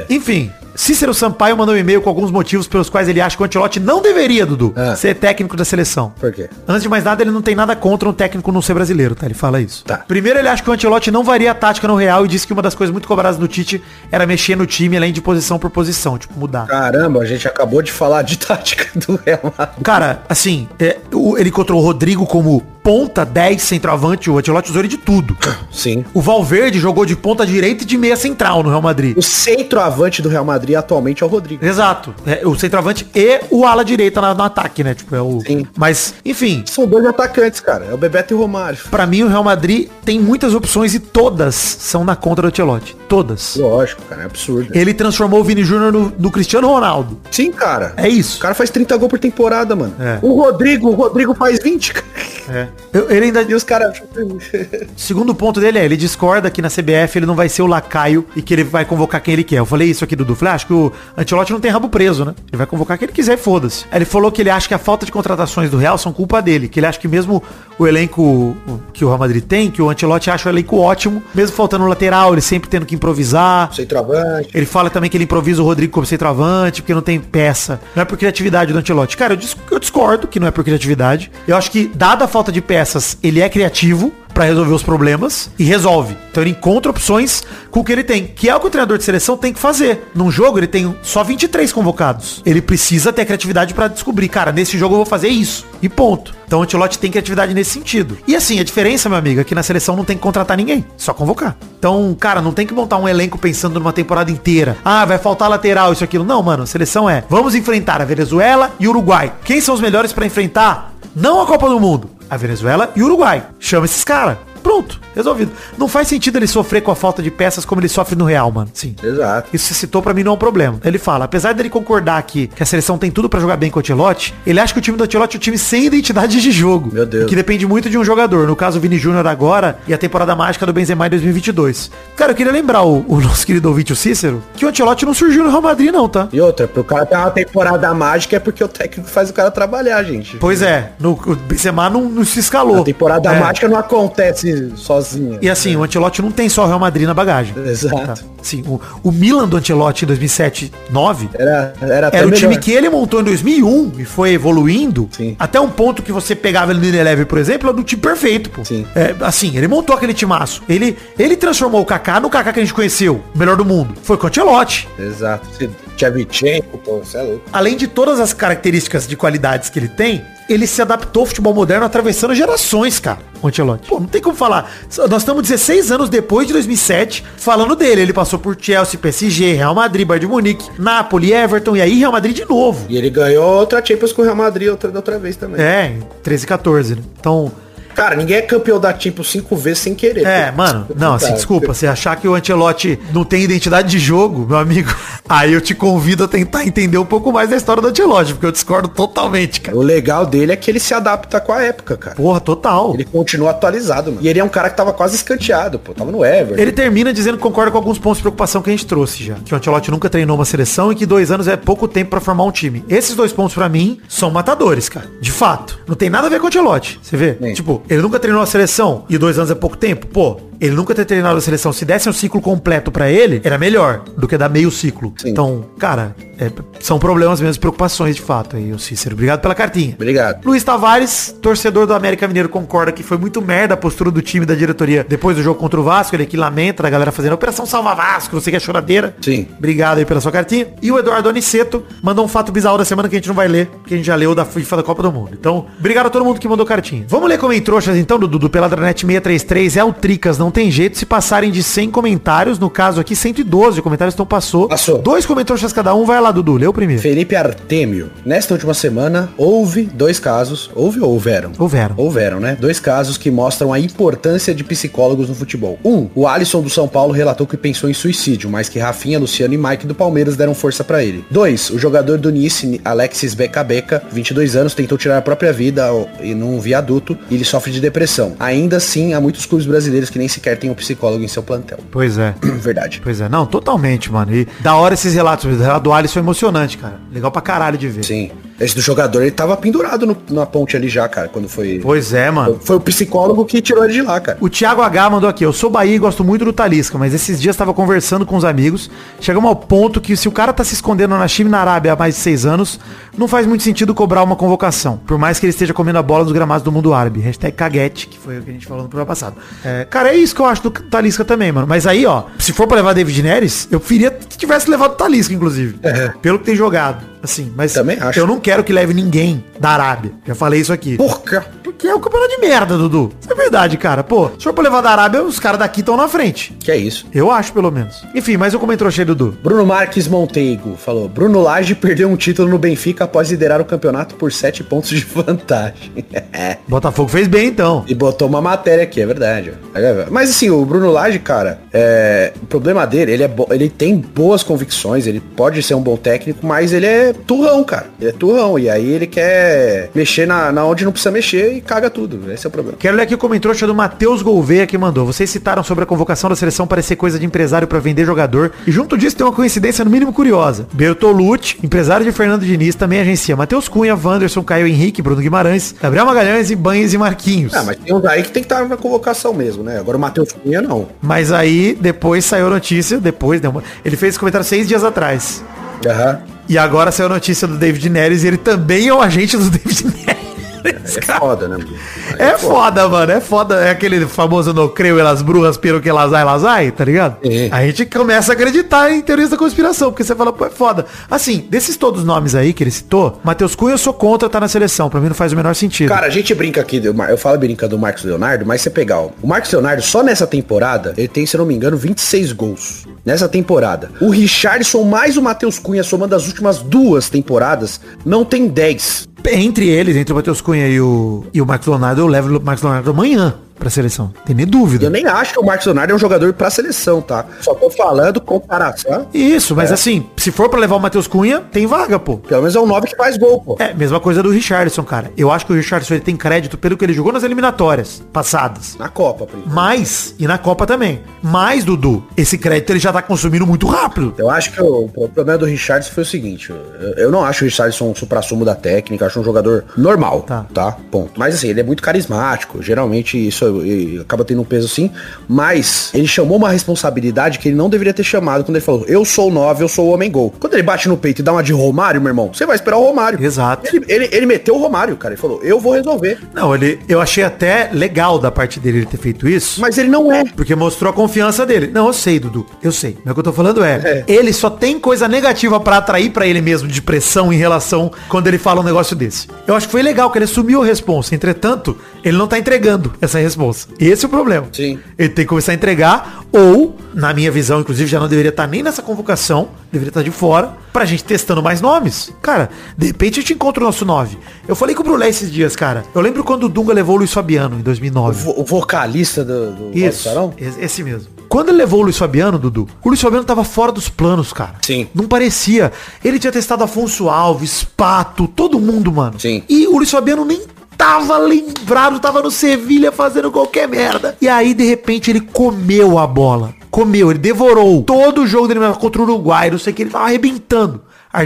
Speaker 3: Enfim. Cícero Sampaio mandou um e-mail com alguns motivos pelos quais ele acha que o Antilote não deveria, Dudu,
Speaker 2: Ah.
Speaker 3: ser técnico da seleção.
Speaker 2: Por quê?
Speaker 3: Antes de mais nada, ele não tem nada contra um técnico não ser brasileiro, tá? Ele fala isso.
Speaker 2: Tá.
Speaker 3: Primeiro, ele acha que o Antilote não varia a tática no Real e disse que uma das coisas muito cobradas no Tite era mexer no time, além de posição por posição, tipo, mudar.
Speaker 2: Caramba, a gente acabou de falar de tática do Real Madrid.
Speaker 3: Cara, assim, é, o- ele encontrou o Rodrigo como ponta 10, centroavante, o Antilote usou ele de tudo.
Speaker 2: Sim.
Speaker 3: O Valverde jogou de ponta direita e de meia central no Real Madrid.
Speaker 2: O centroavante do Real Madrid atualmente é o Rodrigo.
Speaker 3: Exato. É, o centroavante e o ala direita na- no ataque, né? Tipo, é o.
Speaker 2: Sim.
Speaker 3: Mas, enfim.
Speaker 2: São dois atacantes, cara. É o Bebeto e o Romário.
Speaker 3: Pra mim, o Real Madrid tem muitas opções e todas são na contra do Ancelotti. Todas.
Speaker 2: Lógico, cara. É absurdo.
Speaker 3: Ele transformou o Vini Júnior no, no Cristiano Ronaldo.
Speaker 2: Sim, cara.
Speaker 3: É isso.
Speaker 2: O cara faz 30 gols por temporada, mano.
Speaker 3: É.
Speaker 2: O Rodrigo, o Rodrigo faz 20, cara.
Speaker 3: Eu- ele ainda.
Speaker 2: É. E os caras.
Speaker 3: Segundo ponto dele é, ele discorda que na CBF ele não vai ser o lacaio e que ele vai convocar quem ele quer. Eu falei isso aqui, Dudu. Falei, ah, acho que o Ancelotti não tem rabo preso, né? Ele vai convocar quem ele quiser e foda-se. Aí Ele falou que ele acha que a falta de contratações do Real são culpa dele, que ele acha que mesmo o elenco que o Real Madrid tem, que o Ancelotti acha o elenco ótimo, mesmo faltando um lateral, ele sempre tendo que improvisar.
Speaker 2: Centroavante.
Speaker 3: Ele fala também que ele improvisa o Rodrigo como centroavante, porque não tem peça. Não é por criatividade do Ancelotti. Cara, eu, dis- eu discordo que não é por criatividade. Eu acho que, dada a falta de peças, ele é criativo pra resolver os problemas e resolve. Então ele encontra opções com o que ele tem, que é o que o treinador de seleção tem que fazer. Num jogo ele tem só 23 convocados. Ele precisa ter criatividade pra descobrir, cara, nesse jogo eu vou fazer isso. E ponto. Então o Ancelotti tem criatividade nesse sentido. E assim, a diferença, meu amigo, é que na seleção não tem que contratar ninguém, só convocar. Então, cara, não tem que montar um elenco pensando numa temporada inteira. Ah, vai faltar lateral, isso aquilo. Não, mano, a seleção é. Vamos enfrentar a Venezuela e o Uruguai. Quem são os melhores pra enfrentar? Não a Copa do Mundo, a Venezuela e o Uruguai. Chama esses caras. Pronto, resolvido. Não faz sentido ele sofrer com a falta de peças como ele sofre no Real, mano. Sim.
Speaker 2: Exato.
Speaker 3: Isso que você citou pra mim não é um problema. Ele fala, apesar dele concordar que, que a seleção tem tudo pra jogar bem com o Ancelotti, ele acha que o time do Ancelotti é um time sem identidade de jogo.
Speaker 2: Meu Deus.
Speaker 3: Que depende muito de um jogador. No caso, o Vini Júnior agora e a temporada mágica do Benzema em 2022. Cara, eu queria lembrar o, o nosso querido ouvinte, o Cícero, que o Ancelotti não surgiu no Real Madrid não, tá?
Speaker 2: E outra, pro cara ter uma temporada mágica é porque o técnico faz o cara trabalhar, gente.
Speaker 3: Pois é, no, o Benzema não, não se
Speaker 2: A
Speaker 3: escalou.
Speaker 2: temporada
Speaker 3: É.
Speaker 2: mágica não acontece sozinha.
Speaker 3: E assim, o Ancelotti não tem só o Real Madrid na bagagem. Tá.
Speaker 2: Exato.
Speaker 3: Sim, o, o Milan do Ancelotti em 2007, 9,
Speaker 2: Era, era, até
Speaker 3: Era o time
Speaker 2: melhor.
Speaker 3: que ele montou em 2001 e foi evoluindo
Speaker 2: Sim.
Speaker 3: até um ponto que você pegava ele no Ineleve, por exemplo, era do time perfeito, pô.
Speaker 2: Sim.
Speaker 3: É, assim, ele montou aquele timaço. Ele, ele transformou o Kaká no Kaká que a gente conheceu, o melhor do mundo. Foi com o Ancelotti.
Speaker 2: Exato. Tchevchenko, pô, você é louco.
Speaker 3: Além de todas as características de qualidades que ele tem, ele se adaptou ao futebol moderno atravessando gerações, cara. O Ancelotti. Pô, não tem como falar. Nós estamos 16 anos depois de 2007 falando dele. Ele passou por Chelsea, PSG, Real Madrid, Bayern de Munique, Napoli, Everton e aí Real Madrid de novo.
Speaker 2: E ele ganhou outra Champions com o Real Madrid outra, da outra vez também.
Speaker 3: É, em 13 e 14, né? Então,
Speaker 2: Cara, ninguém é campeão da Champions cinco vezes sem querer.
Speaker 3: é,
Speaker 2: pô.
Speaker 3: mano, não, assim,
Speaker 2: Cara,
Speaker 3: desculpa, você achar que o Ancelotti não tem identidade de jogo, meu amigo, aí eu te convido a tentar entender um pouco mais da história do Ancelotti, porque eu discordo totalmente, cara.
Speaker 2: O legal dele é que ele se adapta com a época, cara.
Speaker 3: Porra, total.
Speaker 2: Ele continua atualizado, mano. E ele é um cara que tava quase escanteado, pô. Tava no Everton.
Speaker 3: Ele termina dizendo que concorda com alguns pontos de preocupação que a gente trouxe já. Que o Ancelotti nunca treinou uma seleção e que dois anos é pouco tempo pra formar um time. Esses dois pontos pra mim são matadores, cara. De fato. Não tem nada a ver com o Ancelotti. Você vê?
Speaker 2: Sim.
Speaker 3: Tipo, ele nunca treinou a seleção e dois anos é pouco tempo? Pô, ele nunca ter treinado a seleção. Se desse um ciclo completo pra ele, era melhor do que dar meio ciclo. Então, cara, é, são problemas mesmo, preocupações de fato aí, o Cícero. Obrigado pela cartinha.
Speaker 2: Obrigado.
Speaker 3: Luiz Tavares, torcedor do América Mineiro, concorda que foi muito merda a postura do time e da diretoria depois do jogo contra o Vasco. Ele aqui lamenta da galera fazendo a Operação Salva Vasco, não sei o que é choradeira.
Speaker 2: Sim.
Speaker 3: Obrigado aí pela sua cartinha. E o Eduardo Aniceto mandou um fato bizarro da semana que a gente não vai ler, porque a gente já leu da FIFA da Copa do Mundo. Então, obrigado a todo mundo que mandou cartinha. Vamos ler como em trouxas então, Dudu, do Peladranet 633. É o Tricas, não tem jeito. Se passarem de 100 comentários, no caso aqui 112 comentários, então passou.
Speaker 2: Passou.
Speaker 3: Dois comentários cada um. Vai lá, Dudu, lê o primeiro.
Speaker 2: Felipe Artemio. Nesta última semana, houve dois casos. Houve ou houveram?
Speaker 3: Houveram.
Speaker 2: Houveram, né? Dois casos que mostram a importância de psicólogos no futebol. Um, o Alisson do São Paulo relatou que pensou em suicídio, mas que Rafinha, Luciano e Mike do Palmeiras deram força pra ele. Dois, o jogador do Nice, Alexis Beca Beca, 22 anos, tentou tirar a própria vida ao- e num viaduto e ele sofre de depressão. Ainda assim, há muitos clubes brasileiros que nem sequer têm um psicólogo em seu plantel.
Speaker 3: Pois é.
Speaker 2: Verdade.
Speaker 3: Pois é, não, totalmente, mano. E da hora esses relatos, o relato do Alisson é emocionante, cara. Legal pra caralho de ver.
Speaker 2: Sim. Esse do jogador, ele tava pendurado no- na ponte ali já, cara, quando foi...
Speaker 3: Pois é, mano.
Speaker 2: Foi o psicólogo que tirou ele de lá, cara.
Speaker 3: O Thiago H mandou aqui, eu sou Bahia e gosto muito do Talisca, mas esses dias tava conversando com os amigos, chegamos ao ponto que se o cara tá se escondendo na China e na Arábia há mais de seis anos, não faz muito sentido cobrar uma convocação, por mais que ele esteja comendo a bola dos gramados do mundo árabe. Hashtag caguete, que foi o que a gente falou no programa passado. É, cara, é isso que eu acho do Talisca também, mano. Mas aí, ó, se for pra levar David Neres, eu preferia que tivesse levado o Talisca, inclusive. Pelo que tem jogado. Assim, mas
Speaker 2: É. Também acho.
Speaker 3: eu não quero que leve ninguém da Arábia. Já falei isso aqui.
Speaker 2: Porca!
Speaker 3: Porque é o campeonato de merda, Dudu. Isso é verdade, cara. Pô, se for pra levar da Arábia, os caras daqui estão na frente.
Speaker 2: Que é isso.
Speaker 3: Eu acho, pelo menos. Enfim, mas eu comentei trouxa aí, Dudu.
Speaker 2: Bruno Marques Monteigo falou: Bruno Lage perdeu um título no Benfica após liderar o campeonato por 7 pontos de vantagem.
Speaker 3: Botafogo fez bem, então.
Speaker 2: E botou uma matéria aqui, é verdade. ó. Mas assim, o Bruno Lage, cara, é, o problema dele, ele, é bo- ele tem boas convicções, ele pode ser um bom técnico, mas ele é turrão, cara. Ele é turrão. E aí ele quer mexer na, na onde não precisa mexer e caga tudo. Esse é o problema.
Speaker 3: Quero ler aqui o comentrouxa do Matheus Gouveia que mandou. Vocês citaram sobre a convocação da seleção parecer coisa de empresário pra vender jogador. E junto disso tem uma coincidência no mínimo curiosa. Bertolucci, empresário de Fernando Diniz, também agencia Matheus Cunha, Wanderson, Caio Henrique, Bruno Guimarães, Gabriel Magalhães e Banhes e Marquinhos.
Speaker 2: Ah, mas tem uns aí que tem que estar na convocação mesmo, né? Agora o Matheus Cunha não.
Speaker 3: Mas aí, depois saiu a notícia, depois, né, uma- ele fez esse comentário seis dias atrás.
Speaker 2: Aham.
Speaker 3: E agora saiu a notícia do David Neres e ele também é o agente do David Neres.
Speaker 2: É
Speaker 3: cara.
Speaker 2: foda, né? mano? Aí
Speaker 3: É foda, mano, é foda. É aquele famoso não creio elas brujas, pelo que elas ai, elas ai, tá ligado?
Speaker 2: É.
Speaker 3: A gente começa a acreditar em teorias da conspiração, porque você fala, pô, é foda. Assim, desses todos os nomes aí que ele citou, Matheus Cunha eu sou contra tá na seleção, pra mim não faz o menor sentido.
Speaker 2: Cara, a gente brinca aqui, do Mar- eu falo brinca do Marcos Leonardo, mas você pegar o, o Marcos Leonardo só nessa temporada, ele tem, se eu não me engano, 26 gols. Nessa temporada. O Richardson mais o Matheus Cunha, somando as últimas duas temporadas, não tem 10.
Speaker 3: Entre eles, entre o Matheus Cunha e o, e o Marcos Leonardo, eu levo o Marcos Leonardo amanhã pra seleção. Tem nem dúvida.
Speaker 2: Eu nem acho que o Marcos Leonardo é um jogador pra seleção, tá? Só tô falando comparação.
Speaker 3: Isso,
Speaker 2: É.
Speaker 3: mas assim, se for pra levar o Matheus Cunha, tem vaga, pô.
Speaker 2: Pelo menos é um 9 que faz gol, pô.
Speaker 3: É, mesma coisa do Richardson, cara. Eu acho que o Richardson ele tem crédito pelo que ele jogou nas eliminatórias passadas.
Speaker 2: Na Copa, por exemplo.
Speaker 3: Mas, e na Copa também. Mas, Dudu, esse crédito ele já tá consumindo muito rápido.
Speaker 2: Eu acho que o, o problema do Richardson foi o seguinte, eu, eu não acho o Richardson um supra-sumo da técnica, acho um jogador normal,
Speaker 3: Tá.
Speaker 2: tá. Ponto. Mas assim, ele é muito carismático, geralmente isso eh, acaba tendo um peso sim, mas ele chamou uma responsabilidade que ele não deveria ter chamado quando ele falou, eu sou o 9, eu sou o homem gol. Quando ele bate no peito e dá uma de Romário, meu irmão, você vai esperar o Romário.
Speaker 3: Exato.
Speaker 2: Ele, ele, ele meteu o Romário, cara, ele falou, eu vou resolver.
Speaker 3: Não, ele, eu achei até legal da parte dele ele ter feito isso.
Speaker 2: Mas ele não é.
Speaker 3: Porque mostrou a confiança dele. Não, eu sei, Dudu. Eu sei. Mas o que eu tô falando é, ele só tem coisa negativa pra atrair pra ele mesmo de pressão em relação quando ele fala um negócio desse. Eu acho que foi legal que ele assumiu a responsa. Entretanto, ele não tá entregando essa responsa. Esse é o problema.
Speaker 2: Sim.
Speaker 3: Ele tem que começar a entregar ou, na minha visão, inclusive, já não deveria estar nem nessa convocação, deveria estar de fora, pra gente testando mais nomes. Cara, de repente eu te encontro o nosso 9. Eu falei com o Brulé esses dias, cara. Eu lembro quando o Dunga levou o Luiz Fabiano em 2009.
Speaker 2: Vo- O vocalista do, do Rock
Speaker 3: Isso.
Speaker 2: Sarão?
Speaker 3: es- Esse mesmo. Quando ele levou o Luiz Fabiano, Dudu, o Luiz Fabiano tava fora dos planos, cara.
Speaker 2: Sim.
Speaker 3: Não parecia. Ele tinha testado Afonso Alves, Pato, todo mundo, mano.
Speaker 2: Sim.
Speaker 3: E o Luiz Fabiano nem tava lembrado, tava no Sevilha fazendo qualquer merda. E aí, de repente, ele comeu a bola. Comeu, ele devorou todo o jogo dele contra o Uruguai, não sei o que, ele tava arrebentando.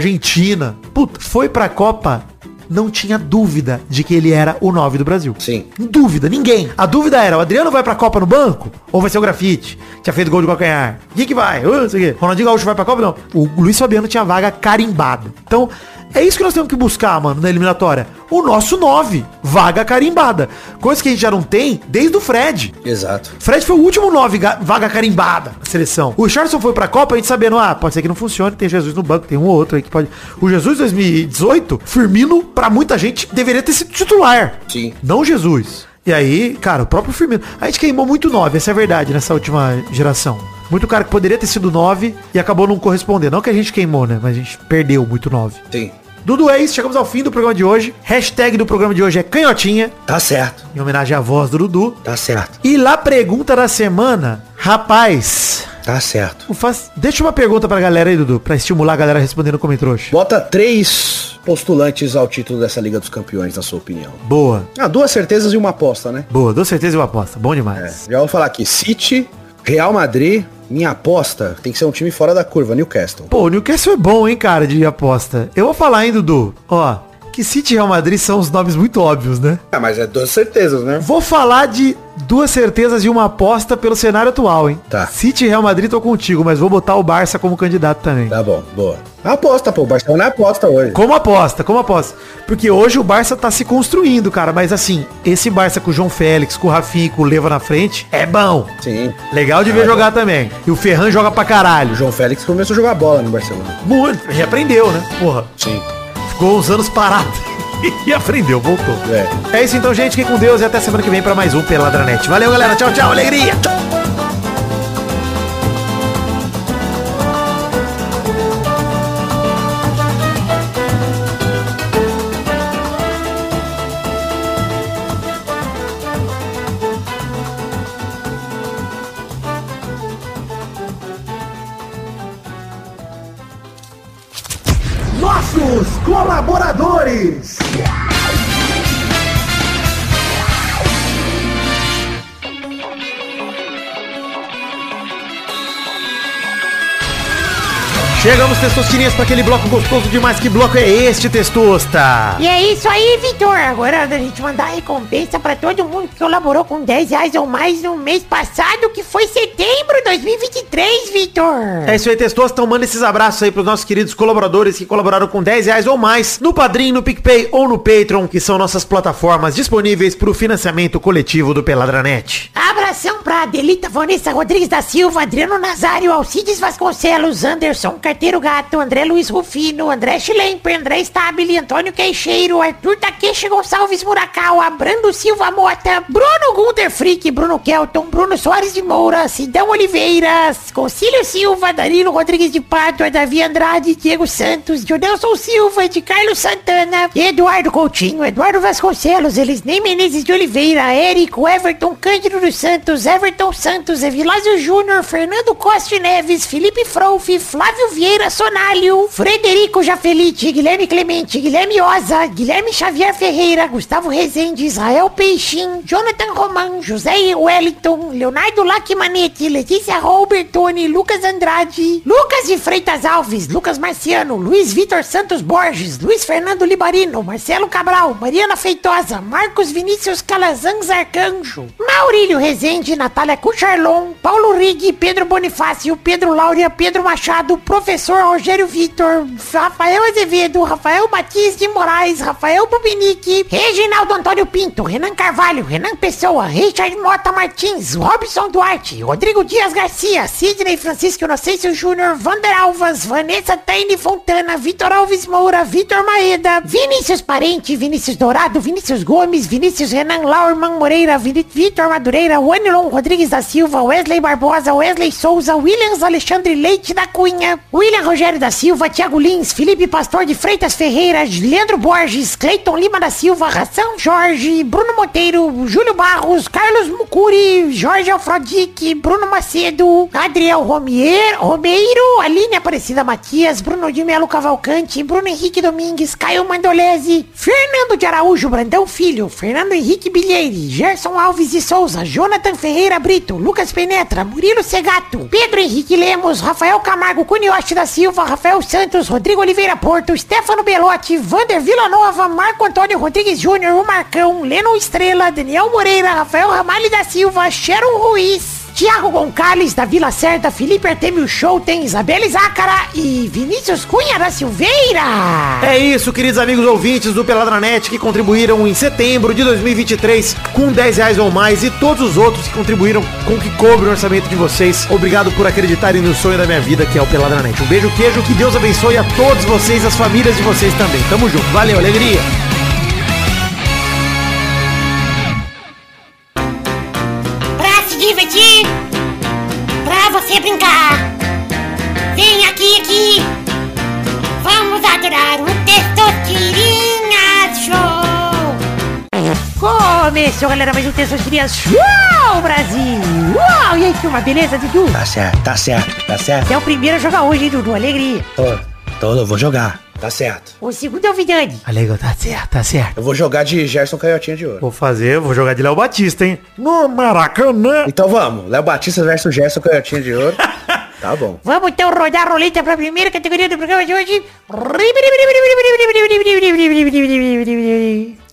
Speaker 3: Argentina. Puta, foi pra Copa, não tinha dúvida de que ele era o 9 do Brasil.
Speaker 2: Sim.
Speaker 3: Dúvida, ninguém. A dúvida era, o Adriano vai pra Copa no banco? Ou vai ser o Grafite? Tinha feito gol de calcanhar. Quem que vai? Uh, não sei o quê. Ronaldinho Gaúcho vai pra Copa? Não. O Luiz Fabiano tinha vaga carimbada. Então, é isso que nós temos que buscar, mano, na eliminatória. O nosso 9. Vaga carimbada. Coisa que a gente já não tem desde o Fred.
Speaker 2: Exato.
Speaker 3: Fred foi o último 9 vaga carimbada na seleção. O Richardson foi pra Copa, a gente sabendo, ah, pode ser que não funcione, tem Jesus no banco, tem um ou outro aí que pode. O Jesus 2018, Firmino, pra muita gente, deveria ter sido titular.
Speaker 2: Sim.
Speaker 3: Não Jesus. E aí, cara, o próprio Firmino. A gente queimou muito 9, essa é a verdade, nessa última geração. Muito cara que poderia ter sido 9 e acabou não correspondendo. Não que a gente queimou, né? Mas a gente perdeu muito 9.
Speaker 2: Sim.
Speaker 3: Dudu é isso, chegamos ao fim do programa de hoje. Hashtag do programa de hoje é canhotinha,
Speaker 7: Tá certo,
Speaker 3: em homenagem à voz do Dudu.
Speaker 7: tá certo,
Speaker 3: E lá pergunta da semana, rapaz,
Speaker 7: tá certo.
Speaker 3: o faz- deixa uma pergunta pra galera aí, Dudu, pra estimular a galera respondendo como trouxa.
Speaker 2: Bota três postulantes ao título dessa Liga dos Campeões, na sua opinião.
Speaker 3: Boa,
Speaker 2: Ah, duas certezas e uma aposta, né?
Speaker 3: boa, dou certeza e eu aposto, bom demais.
Speaker 2: Já vou falar aqui, City, Real Madrid, minha aposta tem que ser um time fora da curva, Newcastle.
Speaker 3: Pô, o Newcastle é bom, hein, cara, de aposta. Eu vou falar, hein, Dudu, ó, que City e Real Madrid são os nomes muito óbvios, né?
Speaker 8: Ah, mas é duas certezas, né?
Speaker 3: Vou falar de duas certezas e uma aposta pelo cenário atual, hein?
Speaker 2: Tá.
Speaker 3: City e Real Madrid tô contigo, mas vou botar o Barça como candidato também.
Speaker 2: Tá bom, boa. Aposta, pô. O Barcelona é aposta hoje.
Speaker 3: Como aposta, como aposta. Porque hoje o Barça tá se construindo, cara. Mas assim, esse Barça com o João Félix, com o Rafinha e com o Leva na frente, é bom.
Speaker 2: Sim.
Speaker 3: Legal de ver jogar também. E o Ferran joga pra
Speaker 2: O
Speaker 3: caralho.
Speaker 2: João Félix começou a jogar bola no Barcelona.
Speaker 3: Muito. E aprendeu, né? Porra.
Speaker 2: Sim.
Speaker 3: Ficou uns anos parado. E aprendeu, voltou.
Speaker 2: É.
Speaker 3: É isso então, gente. Fiquem com Deus e até semana que vem pra mais um Peladranet. Valeu, galera. Tchau, tchau. Alegria. Tchau. Chegamos, Testosterinhas, pra aquele bloco gostoso demais. Que bloco é este, Testosta?
Speaker 9: E é isso aí, Vitor. Agora a gente mandar recompensa pra todo mundo que colaborou com 10 reais ou mais no mês passado, que foi setembro de 2023, Vitor.
Speaker 3: É isso aí, Testosta. Então manda esses abraços aí pros nossos queridos colaboradores que colaboraram com 10 reais ou mais no Padrim, no PicPay ou no Patreon, que são nossas plataformas disponíveis pro financiamento coletivo do Peladranet.
Speaker 9: Abração pra Adelita Vanessa Rodrigues da Silva, Adriano Nazário, Alcides Vasconcelos, Anderson Carteiro Gato, André Luiz Rufino, André Schlemper, André Stabile, Antônio Queixeiro, Arthur Takeshi Gonçalves Murakawa, Brando Silva Mota, Bruno Gunter Frick, Bruno Kelton, Bruno Soares de Moura, Sidão Oliveiras, Concílio Silva, Danilo Rodrigues de Pádua, Davi Andrade, Diego Santos, Jodelson Silva, de Carlos Santana, Eduardo Coutinho, Eduardo Vasconcelos, Elisnei Menezes de Oliveira, Érico, Everton Cândido dos Santos, Everton Santos, Evilásio Júnior, Fernando Costa e Neves, Felipe Frouf, Flávio Vieira Sonalho, Frederico Jafelite, Guilherme Clemente, Guilherme Oza, Guilherme Xavier Ferreira, Gustavo Rezende, Israel Peixinho, Jonathan Roman, José Wellington, Leonardo Lacmanete, Letícia Robertoni, Lucas Andrade, Lucas de Freitas Alves, Lucas Marciano, Luiz Vitor Santos Borges, Luiz Fernando Libarino, Marcelo Cabral, Mariana Feitosa, Marcos Vinícius Calazans Arcanjo, Maurílio Rezende, Natália Cucharlon, Paulo Rig, Pedro Bonifácio, Pedro Laura, Pedro Machado, Professor Rogério Vitor, Rafael Azevedo, Rafael Batista de Moraes, Rafael Bubinique, Reginaldo Antônio Pinto, Renan Carvalho, Renan Pessoa, Richard Mota Martins, Robson Duarte, Rodrigo Dias Garcia, Sidney Francisco Inocêncio Júnior, Vander Alvas, Vanessa Taine Fontana, Vitor Alves Moura, Vitor Maeda, Vinícius Parente, Vinícius Dourado, Vinícius Gomes, Vinícius Renan Laurman Moreira, Vini- Vitor Madureira, Wanilon Rodrigues da Silva, Wesley Barbosa, Wesley Souza, Williams Alexandre Leite da Cunha, William Rogério da Silva, Thiago Lins, Felipe Pastor de Freitas Ferreira, Leandro Borges, Cleiton Lima da Silva, Ração Jorge, Bruno Monteiro, Júlio Barros, Carlos Mucuri, Jorge Alfrodique, Bruno Macedo, Adriel Romier, Romeiro, Aline Aparecida Matias, Bruno de Melo Cavalcante, Bruno Henrique Domingues, Caio Mandolese, Fernando de Araújo Brandão Filho, Fernando Henrique Bilheire, Gerson Alves de Souza, Jonathan Ferreira Brito, Lucas Penetra, Murilo Segato, Pedro Henrique Lemos, Rafael Camargo Cunioche da Silva, Rafael Santos, Rodrigo Oliveira Porto, Stefano Belotti, Vander Vila Nova, Marco Antônio Rodrigues Júnior, o Marcão, Lennon Estrela, Daniel Moreira, Rafael Ramalho da Silva, Sharon Ruiz, Tiago Gonçalves da Vila Certa, Felipe Artemio Show, tem Isabela Zácara e Vinícius Cunha da Silveira.
Speaker 3: É isso, queridos amigos ouvintes do Peladranet que contribuíram em setembro de 2023 com 10 reais ou mais e todos os outros que contribuíram com o que cobre o orçamento de vocês. Obrigado por acreditarem no sonho da minha vida, que é o Peladranet. Um beijo, queijo, que Deus abençoe a todos vocês e as famílias de vocês também. Tamo junto, valeu, alegria!
Speaker 9: Pra se divertir, pra você brincar, vem aqui, aqui, vamos adorar o Testosterinhas Show. Começou, galera, mais um Testosterinhas Show, Brasil. Uau, e aí, turma, beleza, Dudu?
Speaker 7: Tá certo, tá certo, tá certo.
Speaker 9: Você é o primeiro a jogar hoje, hein, Dudu? Alegria.
Speaker 7: Tô, tô, Então eu vou jogar. Tá certo.
Speaker 9: O segundo é o Vidani.
Speaker 3: Alegria, tá certo, tá certo.
Speaker 7: Eu vou jogar de Gerson Canhotinha de ouro.
Speaker 3: Vou fazer, vou jogar de Léo Batista, hein? No Maracanã!
Speaker 7: Então vamos, Léo Batista versus Gerson Canhotinha de ouro.
Speaker 10: Tá bom.
Speaker 9: Vamos então rodar a roleta pra primeira categoria do programa de hoje.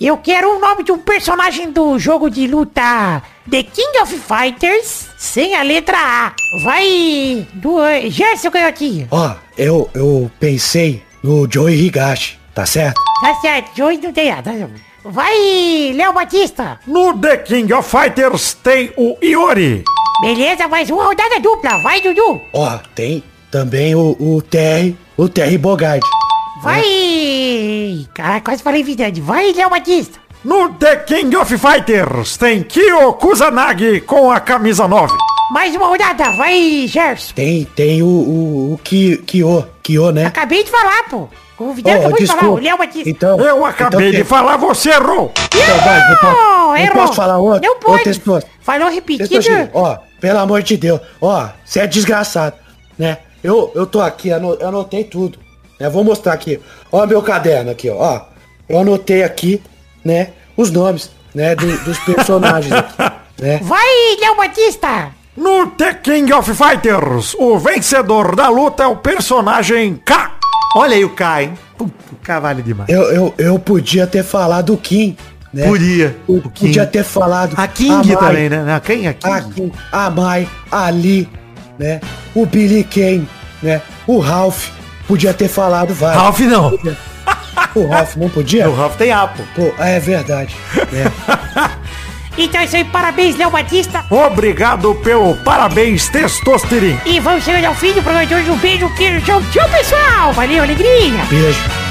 Speaker 9: Eu quero o nome de um personagem do jogo de luta The King of Fighters sem a letra A. Vai do Gerson Canhotinho.
Speaker 2: Ó, eu, eu pensei no Joey Higashi, tá certo?
Speaker 9: Tá certo, Joey não tem A. tá certo. Vai Léo Batista.
Speaker 3: No The King of Fighters tem o Iori.
Speaker 9: Beleza, mais uma rodada dupla. Vai Dudu.
Speaker 2: Ó, tem também o, o Terry, o Terry Bogard.
Speaker 9: Vai! Caraca, quase falei Vidani. Vai, Léo Batista.
Speaker 3: No The King of Fighters tem Kyo Kusanagi com a camisa 9.
Speaker 9: Mais uma rodada. Vai, Gerson.
Speaker 2: Tem, tem o, o, o Ki- Kyo, Kyo, né?
Speaker 9: Acabei de falar, pô. O Vidani
Speaker 2: Ó,
Speaker 9: acabou de falar. O
Speaker 2: desculpa.
Speaker 9: Léo Batista.
Speaker 2: Então,
Speaker 3: Eu acabei
Speaker 2: então
Speaker 3: de falar, você errou.
Speaker 2: Então, vai, não posso- não
Speaker 9: errou.
Speaker 2: posso falar outro?
Speaker 9: Não pode.
Speaker 2: Outra explosão.
Speaker 9: Falou
Speaker 2: Deixa eu
Speaker 9: repetido.
Speaker 2: ver, então, assim, Ó, pelo amor de Deus. Ó, você é desgraçado, né? Eu, eu tô aqui, ano- eu anotei tudo. Né? Vou mostrar aqui. Ó, meu caderno aqui, ó. ó. Eu anotei aqui, né? Os nomes, né? do- dos personagens aqui, né?
Speaker 9: Vai, Léo Batista.
Speaker 3: No The King of Fighters, o vencedor da luta é o personagem K. Olha aí o K, hein? Puto, K vale demais.
Speaker 2: Eu, eu, eu podia ter falado o Kim, né?
Speaker 3: Podia.
Speaker 2: Eu
Speaker 3: O Kim.
Speaker 2: podia ter falado
Speaker 3: A King
Speaker 2: Mai,
Speaker 3: também, né? A quem? A
Speaker 2: A
Speaker 3: King.
Speaker 2: Kim, a Mai, a Lee, né? O Billy Kane, né? O Ralph. Podia ter falado vários.
Speaker 3: Ralph não.
Speaker 2: O Ralph não podia?
Speaker 3: O Ralph tem Apo.
Speaker 2: Pô, é verdade. né?
Speaker 9: Então é isso aí. Parabéns, Léo Batista.
Speaker 3: Obrigado pelo parabéns, testosterina.
Speaker 9: E vamos chegando ao fim do programa de hoje. Um beijo, queijo, tchau, tchau, pessoal. Valeu, alegria.
Speaker 2: Beijo.